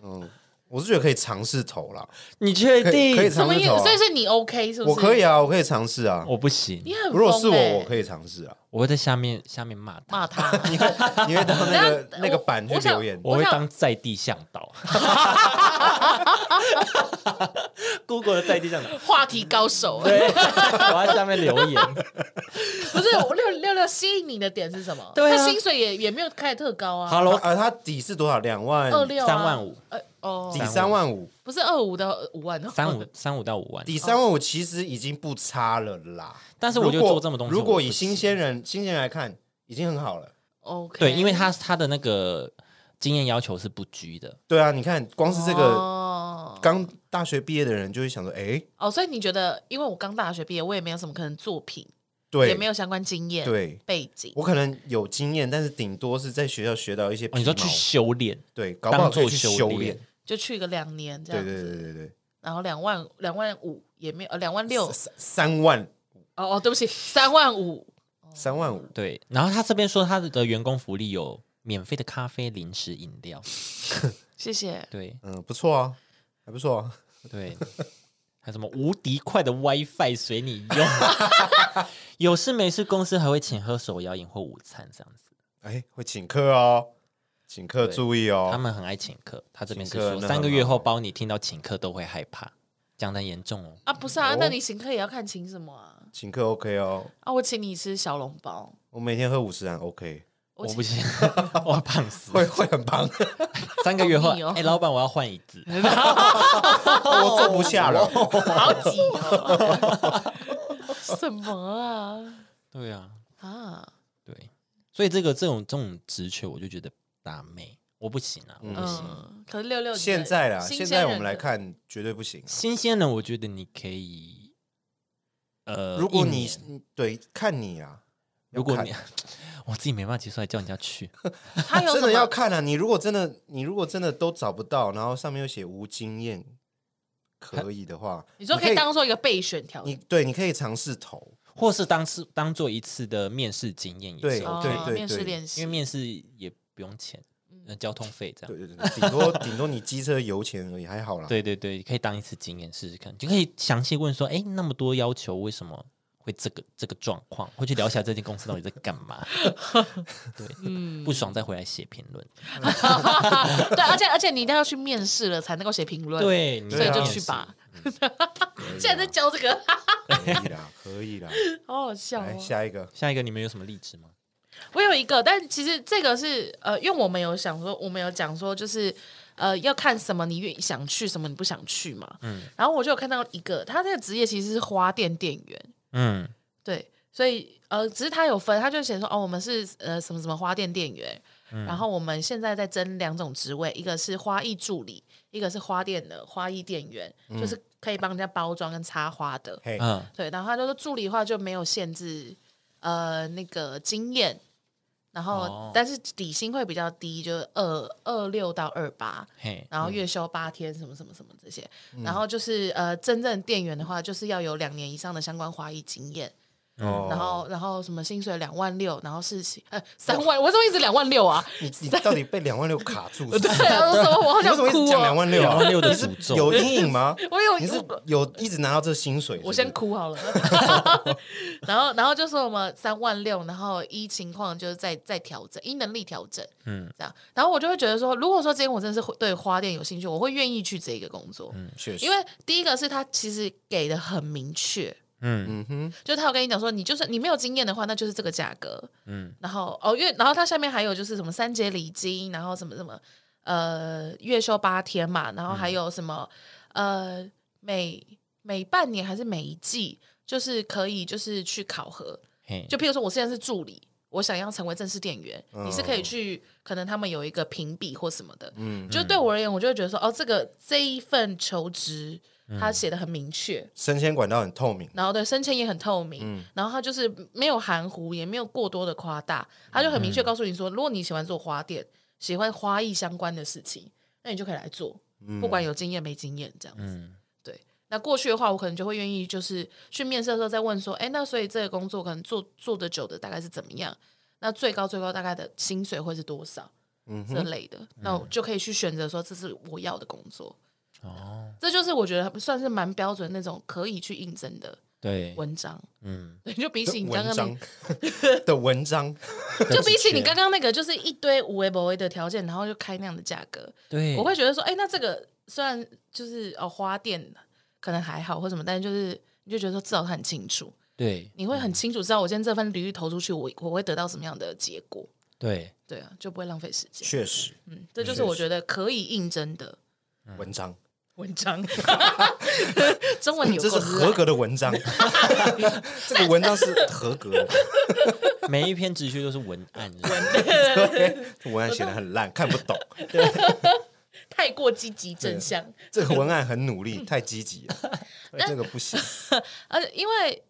S3: 嗯，我是觉得可以尝试投啦，
S2: 你确
S3: 可以可以
S2: 定？
S1: 什
S3: 尝
S1: 么
S3: 试
S1: 意
S3: 投、
S1: 思？
S3: 啊
S1: 所以。是你 OK 是不是？
S3: 我可以，啊，我可以尝试啊。
S2: 我不行，
S1: 你很欸
S3: 如果是我，我
S1: 以
S3: 可以尝试啊。
S2: 我会在下面下面骂他，
S1: 骂他。
S3: 你会你会到那个
S1: 那
S3: 那个版去
S1: 我想
S3: 留言，
S2: 我会
S1: 我想
S2: 当在地向导。Google 的在地向导，
S1: 话题高手，哎
S2: 对，我在下面留言。
S1: 不是我六六六吸引你的点是什么？
S2: 对啊
S1: 他薪水也也没有开得特高啊，
S2: 好了，
S3: 啊，它底是多少？两万
S1: 二六啊
S2: 三万五，
S1: 呃，哦
S3: 抵，三万五，
S1: 不是二五的五万哦，
S2: 三五三五到五万，
S3: 抵三万五其实已经不差了啦。
S2: 但是我觉得
S3: 如果
S2: 做这么东西
S3: 如果
S2: 我不
S3: 以新鲜人新鲜人来看，已经很好了。
S1: OK，
S2: 对，因为他他的那个经验要求是不拘的，
S3: 对啊，你看光是这个
S1: 哦
S3: 刚大学毕业的人就会想说，哎，
S1: 哦，所以你觉得，因为我刚大学毕业，我也没有什么可能作品，也
S3: 对
S1: 没有相关经验、
S3: 对，
S1: 背景，
S3: 我可能有经验，但是顶多是在学校学到一些
S2: 哦、
S3: 皮毛，
S2: 你说去修炼，
S3: 对，搞不好
S2: 当做
S3: 可以去修
S2: 炼
S3: 炼。
S1: 就去个两年这
S3: 对
S1: 样
S3: 对
S1: 子，
S3: 对对对，
S1: 然后两万两万五也没有，呃，两万六，
S3: 三三万
S1: 哦哦，对不起，三万五，
S3: 三万五，
S2: 对，然后他这边说他的员工福利有免费的咖啡、零食、饮料，
S1: 谢谢。
S2: 对
S3: 嗯，不错啊，还不错啊。
S2: 对， 还有什么无敌快的 WiFi 随你用， 有事没事公司还会请喝手摇饮或午餐这样子，
S3: 哎，会请客哦，请客
S2: 对
S3: 注意
S2: 他
S3: 哦。
S2: 们很爱请客。他这边是
S3: 请客
S2: 说
S3: 那
S2: 三个
S3: 很
S2: 月
S3: 好
S2: 后包你听到请客都会害怕，讲的严重哦。
S1: 啊，不是啊，
S3: 哦
S1: 那你请客也要看请什么啊？
S3: 请客 OK 哦，
S1: 啊，我请你吃小笼包，
S3: 我每天喝五十兰 OK，
S1: 我
S2: 我
S1: 请
S2: 不 行，我要胖死。
S3: 会会很棒，
S2: 三个月后，
S1: 好腻
S2: 哎、
S1: 哦
S2: 老板，我要换椅 子。哦
S3: 我坐哦不下了。
S1: 好挤哦， 什么
S2: 对啊，
S1: 啊 啊？
S2: 对，所以这个这种这种职缺，我就觉得打妹我不行啊，我不行。
S1: 嗯，可是六六你的
S3: 现在啦，
S1: 新
S3: 现
S1: 鲜
S3: 在我们
S1: 人
S3: 来
S1: 的，
S3: 看，绝对不行。啊
S2: 新鲜人，我觉得你可以，呃，
S3: 如果
S2: 一
S3: 你
S2: 年
S3: 嗯对看你啊，要
S2: 如果
S3: 看
S2: 你 我自己没办法接受，还叫人家去，
S1: 他有
S3: 真
S1: 什
S3: 的要
S1: 么？
S3: 看啊，你如果真的你如果真的都找不到，然后上面又写无经验，可以的话，
S1: 你说可
S3: 你
S1: 以当做一个备选条
S3: 你
S1: 件，
S3: 对，你可以尝试投。
S2: 或是当次当做一次的面试经验也
S3: 对
S2: 是
S3: 哦
S2: OK，
S3: 对
S1: 啊
S3: 对
S1: 面试
S3: 对
S1: 练习，
S2: 因为面试也不用钱，
S1: 嗯
S2: 呃，交通费这样
S3: 对。对对，顶多顶多你机车油钱而已，还好啦。
S2: 对对对，可以当一次经验试试看，就可以详细问说，哎，那么多要求，为什么会这个这个状况？会去聊一下这间公司到底在干嘛？对，不爽再回来写评论。
S1: 嗯 对，而且而且你一定要去面试了才能够写评论，，
S2: 对，你
S1: 所以
S3: 对
S1: 就
S3: 啊
S1: 去吧。
S3: 可以啦，
S1: 现在在教这个，
S3: 可以啦，可以啦。
S1: 好好笑
S3: 来
S1: 哦。
S3: 下一个，
S2: 下一个你们有什么例子吗？
S1: 我有一个，但其实这个是呃，因为我们有想说，我们有讲说，就是呃，要看什么你愿想去，什么你不想去嘛。嗯。然后我就有看到一个，他这个职业其实是花店店员，
S2: 嗯，
S1: 对，所以呃，只是他有分，他就写说哦，我们是呃什么什么花店店员，然后我们现在在争两种职位，一个是花艺助理，一个是花店的花艺店员，就是可以帮人家包装跟插花的。
S3: 嘿，
S2: 嗯，
S1: 对，然后他就说助理的话就没有限制呃那个经验，然后、
S2: 哦
S1: 但是底薪会比较低，就是二二六到二八，
S2: 嘿，
S1: 然后月休八天什么什么什么这些，然后就是呃真正店员的话就是要有两年以上的相关花艺经验，
S3: 哦
S1: 然后然后什么薪水两万六，然后事情呃三万，我怎么一直两万六啊？
S3: 你你到底被两万六卡住是不是？
S1: 对啊，什么我好
S3: 你
S1: 想
S3: 为什么一
S1: 哭
S3: 直讲两
S1: 哦，
S3: 万六？啊
S2: 两万六的
S3: 你是
S2: 诅咒
S3: 有阴影吗？
S1: 我有
S3: 你是
S1: 我
S3: 有一直拿到这薪水？
S1: 我
S3: 是
S1: 先
S3: 不是
S1: 哭 好了。然后，然后就说我们三万六，然后依情况就是再再调整，依能力调整，
S2: 嗯
S1: 嗯，这样。然后我就会觉得说，如果说今天我真的是会对花店有兴趣，我会愿意去这个工作，
S3: 嗯确实，
S1: 因为第一个是他其实给的很明确，
S2: 嗯
S3: 嗯哼，
S1: 就他有跟你讲说，你就是你没有经验的话，那就是这个价格，
S2: 嗯
S1: 嗯，然后哦，因为然后它下面还有就是什么三节礼金，然后什么什么呃月休八天嘛，然后
S3: 嗯
S1: 还有什么、呃每每半年还是每一季，就是可以就是去考核，
S2: 嘿，
S1: 就譬如说我现在是助理。我想要成为正式店员，
S3: 哦
S1: 你是可以去，可能他们有一个评比或什么的。
S3: 嗯，
S1: 就对我而言，我就会觉得说，哦，这个这一份求职，
S3: 嗯
S1: 他写的很明确，
S3: 生鲜管道很透明，
S1: 然后对升迁也很透明，
S3: 嗯
S1: 然后他就是没有含糊，也没有过多的夸大，他就很明确告诉你说，如果你喜欢做花店，喜欢花艺相关的事情，那你就可以来做，
S3: 嗯
S1: 不管有经验没经验这样子。
S2: 嗯
S1: 对，那过去的话，我可能就会愿意就是去面试的时候再问说，哎，那所以这个工作可能做做的久的大概是怎么样？那最高最高大概的薪水会是多少？
S3: 嗯
S1: 这类的，那我就可以去选择说这是我要的工作，
S2: 哦，
S1: 这就是我觉得算是蛮标准那种可以去应征的
S2: 对，
S1: 文章。
S2: 嗯，
S1: 对，就比
S3: 的
S1: 起你刚
S3: 文
S1: 刚
S3: 章
S1: 那，
S3: 的文章，
S1: 就比起你刚刚那个，就是一堆无为不为的条件，然后就开那样的价格，
S2: 对，
S3: 嗯
S1: 我会觉得说，哎、那这个虽然就是哦花店可能还好或什么，但是就是你就觉得说至少它很清楚，
S2: 对
S1: 你
S3: 嗯
S1: 会很清楚知道我今天这份履历投出去，我我会得到什么样的结果，
S2: 对
S1: 对啊，就不会浪费时间。
S3: 确实，
S1: 嗯，这就是我觉得可以应征的
S3: 文章，
S1: 文 章， 中嗯文有
S3: 这
S1: 够
S3: 是合格的文章， 这个文章是合 格的，
S2: 每一篇直叙都是文案，
S3: 对文案写的很烂，看不懂。
S1: 烂太过积极
S3: 啊
S1: 正向。
S3: 这个文案很努力，太积极了，
S1: 嗯
S3: 哎这个不行。
S1: 而且因为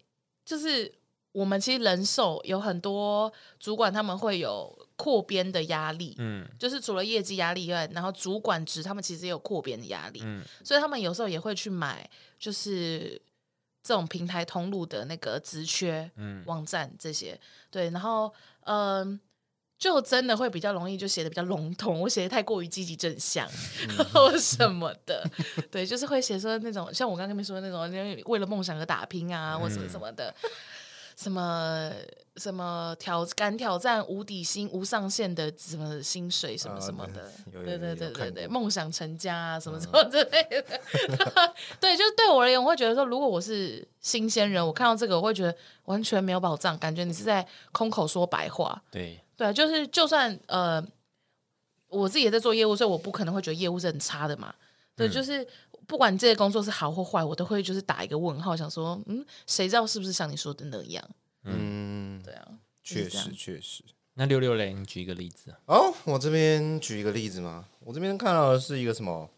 S1: 就是我们其实人手有很多主管，他们会有扩编的压力，
S2: 嗯
S1: 就是除了业绩压力以外，然后主管职他们其实也有扩编的压力，
S2: 嗯
S1: 所以他们有时候也会去买就是这种平台通路的那个职缺
S2: 嗯，
S1: 网站这些，对，然后嗯。就真的会比较容易，就写的比较笼统，我写的太过于积极正向， 或什么的，对，就是会写说那种像我刚刚跟你说的那种，因为为了梦想而打拼啊，或什么什么的，什么什么挑敢挑战无底薪、无上限的什么薪水什么
S3: 啊
S1: 什么
S3: 对
S1: 的，
S3: 有有
S1: 对对
S3: 有
S1: 对
S3: 有看
S1: 对
S3: 过
S1: 对，梦想成家啊，什么什么之类的， 对，就是对我而言，我会觉得说，如果我是新鲜人，我看到这个，我会觉得完全没有保障，感觉你是在空口说白话。
S2: 对，
S1: 对，啊就是就算呃，我自己也在做业务，所以我不可能会觉得业务是很差的嘛。对，就是不管你这些工作是好或坏，我都会就是打一个问号，想说，嗯，谁知道是不是像你说的那样？
S3: 嗯，
S1: 对啊，
S3: 确
S1: 就是这
S3: 实
S1: 样
S3: 确实。
S2: 那六六嘞，你举一个例子，
S3: 哦，我这边举一个例子嘛，我这边看到的是一个什么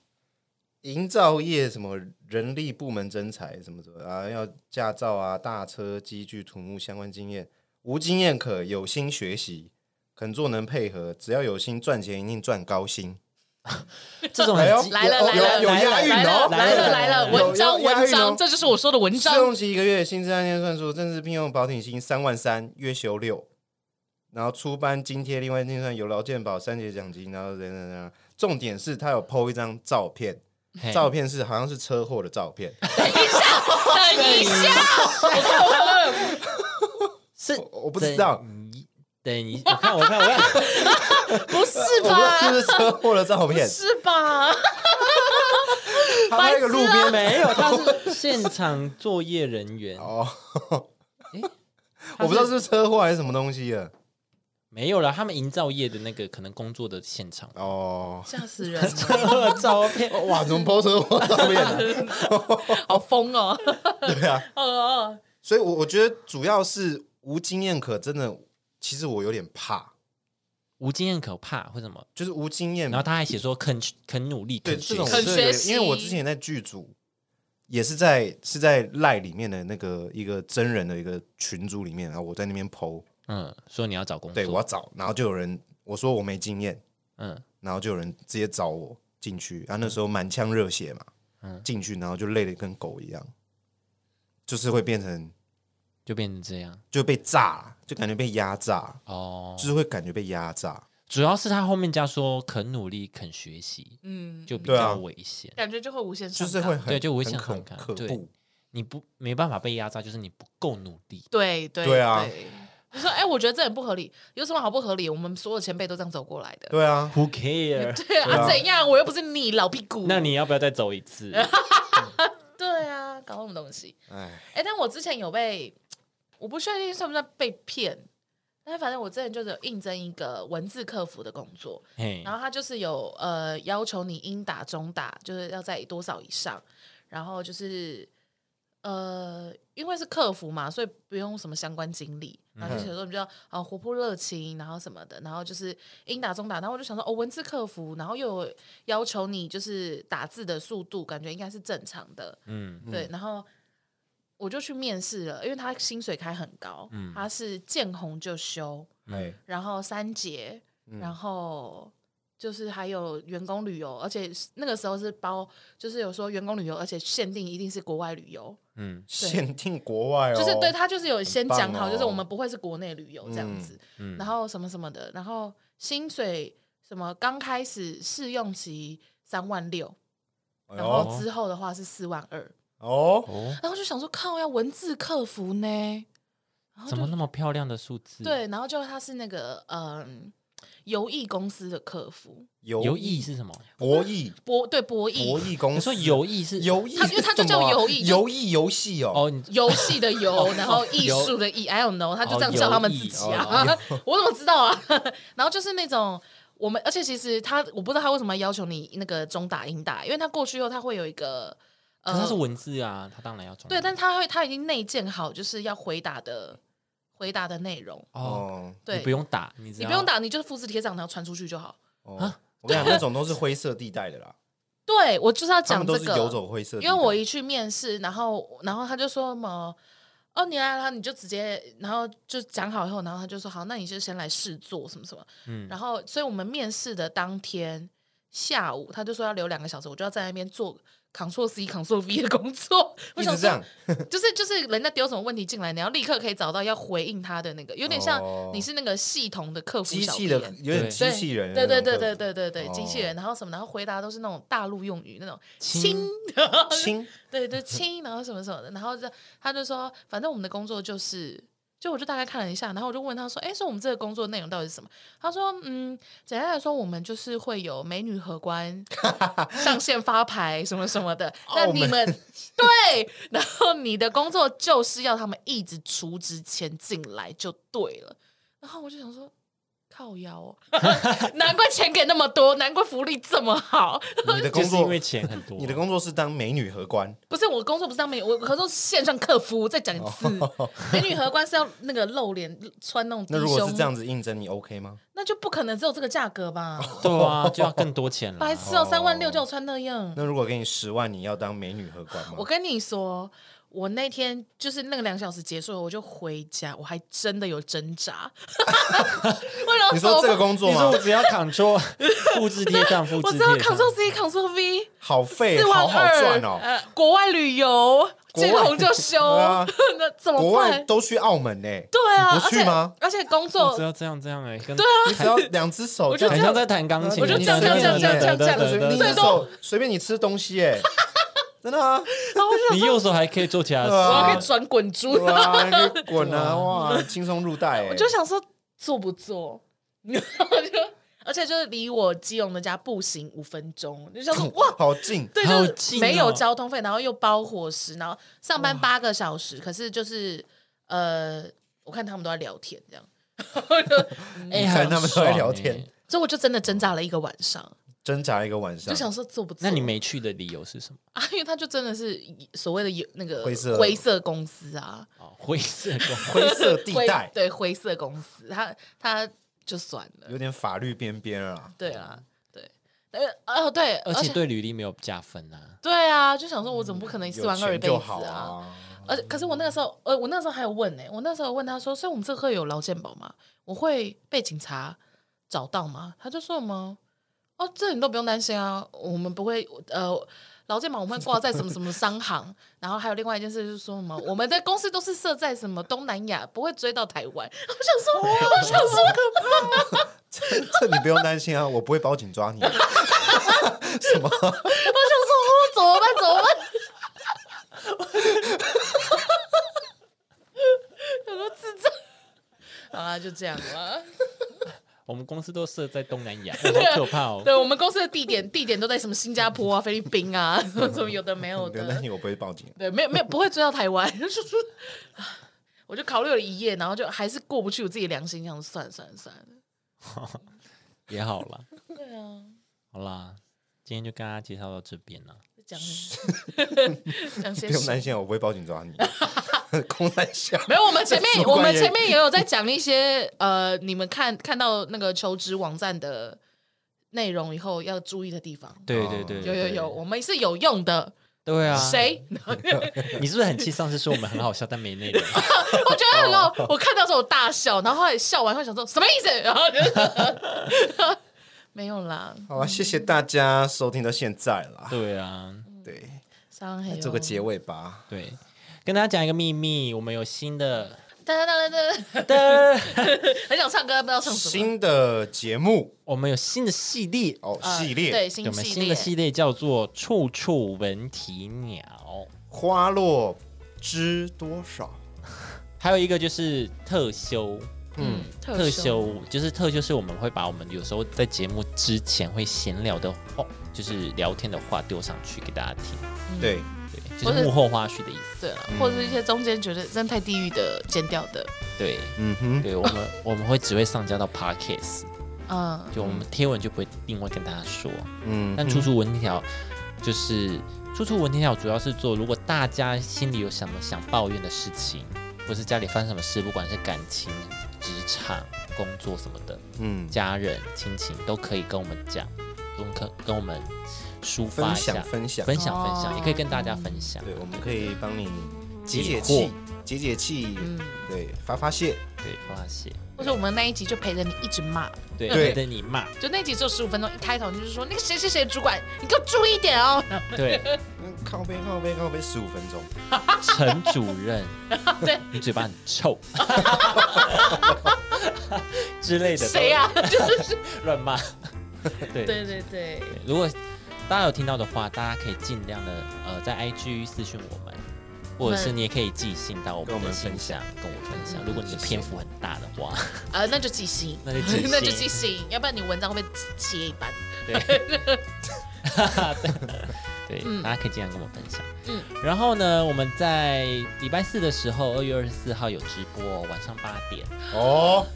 S3: 营造业什么人力部门征才什么什么啊，要驾照啊、大车、机具、土木相关经验，无经验可有心学习，肯做能配合，只要有心赚钱一定赚高薪。
S2: 这种
S3: 哎呦
S2: 很
S1: 来了
S3: 有
S1: 来了
S3: 有
S1: 来
S3: 押
S1: 了
S3: 韵
S1: 来了，
S3: 哦
S1: 来了来了，
S3: 有
S1: 文章
S3: 有押韵哦
S1: 文章，这就是我说的文
S3: 试
S1: 章。
S3: 用期一个月，薪资按年算数，正式聘用保底薪三万三，月休六，然后出班津贴，另外计算有劳健保、三节奖金，然后等等等等。重点是他有 PO 一张照片，
S2: 嘿
S3: 照片是好像是车祸的照片，
S1: 等一下，我看我看我看
S2: 是
S3: 我我不知道
S2: 等一，等你，我看我看我看，
S1: 不是
S3: 我不知道
S1: 吧？
S3: 就是车祸的 照片，
S1: 是吧？
S3: 他在一个路边
S2: 没有，他是现场作业人员，
S3: 哦，
S2: 他
S3: 我不知道是不是车祸还是什么东西啊了
S2: 没有啦，他们营造业的那个可能工作的现 场
S3: 哦，
S1: 吓死人了，
S2: 照片，
S3: 哇，怎么 PO 车祸照片 啊？
S1: 好疯哦！
S3: 对啊，
S1: 哦哦，
S3: 所以我我觉得主要是无经验可真的，其实我有点怕，
S2: 无经验可怕或什么，
S3: 就是无经验
S2: 然后他还写说肯肯努力，
S3: 对
S2: 肯
S3: 这
S2: 学
S3: 种
S2: 习
S3: 我
S1: 肯
S3: 是有
S1: 学
S3: 点
S1: 习
S3: 因为我之前在剧组也是在是在赖里面的那个一个真人的一个群组里面，然后我在那边剖，
S2: 嗯，说你要找工作，
S3: 对我要找，然后就有人我说我没经验，
S2: 嗯
S3: 然后就有人直接找我进去，啊然后那时候满腔热血嘛，
S2: 嗯
S3: 进去然后就累得跟狗一样，就是会变成
S2: 就变成这样
S3: 就被炸，就感觉被压榨，
S2: 哦
S3: 就。是会感觉被压榨，
S2: 主要是他后面加说肯努力肯学习，
S1: 嗯，
S2: 就比
S3: 对
S2: 较
S3: 啊
S2: 危险。
S1: 感觉就会无限上
S3: 就
S1: 纲
S3: 是会很
S2: 对就无
S3: 很
S2: 限
S3: 可
S2: 上纲
S3: 可
S2: 对
S3: 怖，
S2: 你不没办法被压榨，就是你不够努力。
S1: 对对
S3: 对啊
S1: 就说哎、我觉得这很不合理，有什么好不合理？我们所有前辈都这样走过来的。
S3: 对啊，
S2: Who care？
S1: 对
S3: 对啊
S1: 啊，怎样？我又不是你老屁股。
S2: 那你要不要再走一 次？
S1: 对啊，搞什么东西？
S3: 哎，
S1: 哎、但我之前有被，我不确定算不算被骗，但反正我之前就是有应征一个文字客服的工作，
S2: 嘿
S1: 然，后他就是有呃要求你英打中打，就是要在多少以上，然后就是呃因为是客服嘛，所以不用什么相关经历，然后就写说比较啊活泼热情，然后什么的，然后就是英打中打，然后我就想说哦文字客服，然后又有要求你就是打字的速度，感觉应该是正常的，
S2: 嗯
S1: 对，然后我就去面试了，因为他薪水开很高，他是见红就休，
S3: 哎，
S1: 然后三节，然后就是还有员工旅游，而且是那个时候是包，就是有说员工旅游，而且限定一定是国外旅游，
S2: 嗯，
S3: 限定国外哦，
S1: 就是对他就是有先讲好，
S3: 哦
S1: 就是我们不会是国内旅游这样
S3: 嗯
S1: 子，
S2: 嗯
S1: 然后什么什么的，然后薪水什么刚开始试用期三万六，
S3: 哎
S1: 然
S3: 呦，
S1: 后之后的话是四万二，
S3: 哦，
S2: 哦，
S1: 然后就想说靠，要文字客服呢，然后
S2: 怎
S1: 就
S2: 么那么漂亮的数字？，
S1: 对，然后就他是那个嗯游艺公司的客服。
S2: 游
S3: 游
S2: 艺是什么？
S3: 博弈
S1: 博对博
S3: 博
S1: 弈
S3: 弈公
S2: 你
S3: 司，
S2: 说游艺是
S3: 游艺
S1: 它
S3: 是什么啊，
S1: 因为它就叫游艺就
S3: 游艺游戏哦。
S2: 哦，你
S1: 游戏的游，然后艺
S2: 游
S1: 术的艺，I don't know，他就
S2: 哦
S1: 这样
S2: 游
S1: 叫他们
S2: 艺
S1: 自己啊，我怎么知道啊？然后就是那种我们，而且其实他，我不知道他为什么要求你那个中打英打，因为他过去后他会有一个呃
S2: 可是它是文字啊，它当然要中文。
S1: 对，但是他会他已经内建好，就是要回答的回答的内容。
S2: 哦，
S3: 哦
S1: 对，
S2: 你不用打，你只
S1: 你
S2: 要
S1: 不用，打，你就是复制贴上，然后传出去就好。
S2: 啊
S3: 哦，我跟你讲，那种都是灰色地带的啦，
S1: 对我就是要
S3: 他
S1: 讲
S3: 们都
S1: 这
S3: 是
S1: 个，
S3: 游走灰色地
S1: 因
S3: 带。
S1: 为我一去面试，然后然后他就说什么。哦，你来了，你就直接，然后就讲好以后，然后他就说好，那你就先来试做什么什么，
S2: 嗯，
S1: 然后，所以我们面试的当天下午，他就说要留两个小时，我就要在那边做 Ctrl C Ctrl V 的工作。我
S3: 一
S1: 想
S3: 直这样
S1: 说，，就是就是人家丢什么问题进来，你要立刻可以找到要回应他的那个，有点像
S3: 哦
S1: 你是那个系统的客服
S3: 机
S1: 小
S3: 器的
S1: 编
S3: 有点
S2: 对
S3: 机器人的
S1: 对对
S3: 那种客
S1: 对
S3: 服，
S1: 对对对对，
S3: 哦
S1: 机器人，然后什么，然后回答都是那种大陆用语那种
S2: 亲
S1: 亲，
S3: 亲
S1: 对对亲，然后什么什么的，然后就他就说，反正我们的工作就是，就我就大概看了一下，然后我就问他说，哎，说我们这个工作内容到底是什么？他说，嗯，简单来说，我们就是会有美女荷官上线发牌什么什么的，那
S3: 澳
S1: 你
S3: 门
S1: 们对，然后你的工作就是要他们一直除职前进来就对了，然后我就想说。靠腰哦， 难怪钱给那么多，难怪福利这么好。
S3: 你的
S2: 就
S3: 工
S2: 是
S3: 作
S2: 因为钱很多，
S3: 你的工作是当美女荷官，
S1: 不是我工作不是当美女，我合作是线上客服。再讲一次， 美女荷官是要那个露脸穿那种低
S3: 哦那如果是
S1: 胸
S3: 这，样子应征，你 OK 吗？
S1: 那就不可能只有这个价格吧？
S3: 哦
S2: 对啊，就要更 多钱了
S1: 白。痴哦，三万六叫我穿那样。
S3: 那如果给你十万，你要当美女荷官吗
S1: 我？跟你说，我那天就是那个两小时结束了，我就回家，我还真的有挣扎。 为什么？
S3: 你说这个工作
S2: 你说
S3: 吗
S2: 我？只要 Ctrl 复制贴上，复
S1: 我知
S2: 制贴
S1: 道
S2: 上，
S1: Ctrl C Ctrl V。
S3: 好费，
S1: 四万
S3: 哎好好
S1: 二
S3: 赚，哦。
S1: 呃，国外旅游
S3: 国外
S1: 见红就休，
S3: 对啊
S1: 那怎么
S3: 国外
S1: 办？
S3: 都去澳门呢，
S1: 对啊，
S3: 你不
S1: 而
S3: 去
S1: 且
S3: 吗哦
S1: 而且工
S2: 我
S1: 作
S2: 只要这样这样哎，跟对啊，
S3: 你只要两只手
S1: 我
S3: 这
S1: 就这
S3: 样
S2: 很
S1: 样
S2: 像在弹钢琴，
S1: 我就这样
S2: 你知道
S1: 这样这样这样这样
S2: 对对对
S3: 随
S2: 对
S3: 便
S1: 最
S3: 你
S1: 多
S3: 手随便你吃东西哎，真的啊，
S1: 然后我就想
S2: 你右手还可以做其他事，
S3: 对啊
S1: 我要可以转滚珠，
S3: 对啊，你可以滚啊，哇，轻松入袋哎
S1: 我，就想说做不做， 然后就而且就是离我基隆的家步行五分钟，我就想说哇，
S3: 哦好近，
S1: 对，
S2: 好
S1: 就是
S2: 近哦
S1: 没有交通费，然后又包伙食，然后上班八个小时，可是就是呃，我看他们都在聊天这样，
S2: 哎，
S3: 看他们都在聊天
S2: 很爽哎。
S1: 所以我就真的挣扎了一个晚上，
S3: 挣扎一个晚上
S1: 就，想说做不做。
S2: 那你没去的理由是什么？
S1: 啊？因为他就真的是所谓的有那个
S3: 灰色
S1: 灰色公司啊，
S2: 哦，灰色公
S3: 灰色地
S1: 灰
S3: 带，
S1: 对灰色公司，他他就算了。
S3: 有点法律边边啊。
S1: 对啦，对，呃哦对，
S2: 而
S1: 而
S2: 且
S1: 且
S2: 对履历没有加分啊。
S1: 对啊，就想说我怎么不可能四
S3: 有
S1: 万二一
S3: 钱
S1: 辈
S3: 就
S1: 子
S3: 好
S1: 啊？
S3: 啊，
S1: 而且可是我那个时候，呃，我那时候还有问呢、我那时候问他说，所以我们这课有劳健保吗？我会被警察找到吗？他就说什么，哦，这你都不用担心啊，我们不会，呃，劳健保我们会挂在什么什么商行，然后还有另外一件事就是说什么，我们的公司都是设在什么东南亚，不会追到台湾。我想 说，我想说，
S3: 这你不用担心啊，我不会报警抓你。
S1: 我想说，哦，怎么办？怎么办？有个智障。好啦，就这样了。
S2: 我们公司都设在东 南亚，好可怕哦！
S1: 对啊我们公司的地 点，地点都在什么新加坡 啊、菲律宾啊，什么什么有的没嗯有
S3: 不用担
S1: 的。
S3: 心，我不会报警。
S1: 对，没有没有不会追到台湾， 就是我就考虑了一夜，然后就还是过不去我自己良心，想算了算了算了。
S2: 也好啦，
S1: 对啊，
S2: 好啦，今天就跟大家介绍到这边啦。
S1: 讲 讲些
S3: 不
S1: 什
S3: 用
S1: 么
S3: 担心啊，我不会报警抓你。 空在下，
S1: 没有，我们前面
S3: 什么
S1: 我
S3: 观
S1: 们
S3: 念
S1: 前面也有在讲一些呃，你们看看到那个求职网站的内容以后要注意的地方。
S2: 对
S3: 哦
S2: 对对，
S1: 有有
S2: 对
S1: 有，，我们是有用的。
S2: 对啊，？
S1: 谁？
S2: 你是不是很气？上次说我们很好笑，但没内容。
S1: 我觉得很好，我看到时候我大笑，然后后来笑完会想说什么意思？然后就 没有啦，
S3: 好啊！谢谢大家收听到现在啦。
S2: 对啊，
S1: 嗯
S3: 对，
S1: 伤害
S3: 做个结。尾吧。
S2: 对，跟大家讲一个秘密，我们有新的
S1: 哒哒哒哒哒，
S2: 的，
S1: 很想唱歌，不知道唱什么。
S3: 新的节目
S2: 我们有新的系列，
S3: 哦，
S1: 呃
S3: 系列
S1: 对
S2: 对
S1: 新
S2: 我们
S1: 系
S2: 新的
S1: 列，
S2: 系列叫做《处处闻啼鸟》，
S3: 花落知多少？
S2: 还有一个就是特休。
S1: 嗯，
S2: 特休就是特休，是我们会把我们有时候在节目之前会闲聊的话，就是聊天的话丢上去给大家听，
S3: 对，
S2: 对，
S1: 或
S2: 就是是幕后花絮的意思。
S1: 对了，或者是一些中间觉得真的太地狱的剪掉的
S2: 对，
S3: 嗯哼，
S2: 对我们我们会只会上架到 Podcast，
S1: 嗯，
S2: 就我们贴文就不会一定会跟大家说。
S3: 嗯，
S2: 但出处文条就是出处文条主要是做，如果大家心里有什么想抱怨的事情，或是家里发生什么事，不管是感情、职场、工作什么的，
S3: 嗯
S2: 家人、亲情都可以跟我们讲，跟我们可跟我们抒发
S3: 分
S2: 一下，
S3: 享分享，
S2: 分享分享
S1: 哦
S2: 也可以跟大家分享。
S3: 对，我们可以帮你解
S2: 解
S3: 解
S2: 惑
S3: 气，解解气，
S1: 嗯
S3: 对，发发泄，
S2: 对，发泄，
S1: 或者我们那一集就陪着你一直骂，
S2: 对，
S3: 对
S2: 等你骂，
S1: 就那一集只有十五分钟，一开头你就是说那个谁谁谁主管，你给我注意一点哦。
S2: 对，
S3: 嗯，靠背靠背靠背十五分钟，
S2: 陈主任，
S1: 对，
S2: 你嘴巴很臭之类的，
S1: 谁啊呀、就是是，
S2: 乱骂，对
S1: 对对对，
S2: 对如果大家有听到的话，大家可以尽量的呃在 IG 私讯我们，或者是你也可以寄信到我
S3: 跟
S2: 们
S3: 我
S2: 的
S3: 们
S2: 信
S3: 分
S2: 箱跟我分享。如果你的篇幅很大的话，
S1: 呃，那就记性，
S2: 那就记性
S1: 那就记性，要不然你文章会被切一半。
S2: 对， 对，
S1: 嗯
S2: 大家可以尽量跟我们分享。嗯，然后呢，我们在礼拜四的时候，二月二十四号有直播哦，晚上八点，
S3: 哦，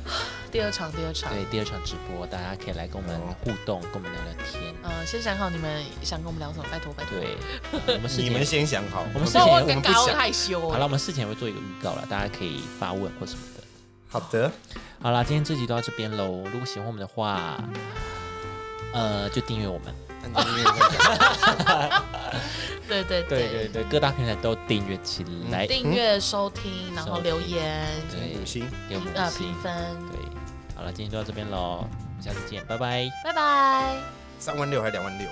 S1: 第二场，第二场，
S2: 对，第二场直播，大家可以来跟我们
S3: 哦
S2: 互动，跟我们聊聊天。
S1: 呃，先想好你们想跟我们聊什么，拜托拜托。
S2: 对，我们事
S3: 你
S2: 前
S3: 们先想好，
S2: 我们
S3: 不
S2: 之
S1: 那
S2: 前
S1: 我
S3: 我
S1: 尴
S3: 们不
S1: 尬，我
S3: 想，
S1: 害羞哦。
S2: 好了，我们事前会做一个预告了，大家可以发问或什么的。
S3: 好的，
S2: 好啦，今天这集就到这边喽。如果喜欢我们的话，呃，就订阅我们。
S3: 那你们也可以讲
S1: 对对对，
S2: 对，各大平台都订阅起来，
S1: 嗯订阅、收听，然后留言、
S2: 对
S3: 五星。
S2: 给我
S1: 评
S2: 们
S1: 呃
S2: 五星
S1: 评。分，
S2: 对，好了，今天就到这边喽，我们下次见，拜拜。
S1: 拜拜。
S3: 三万六还是两万六？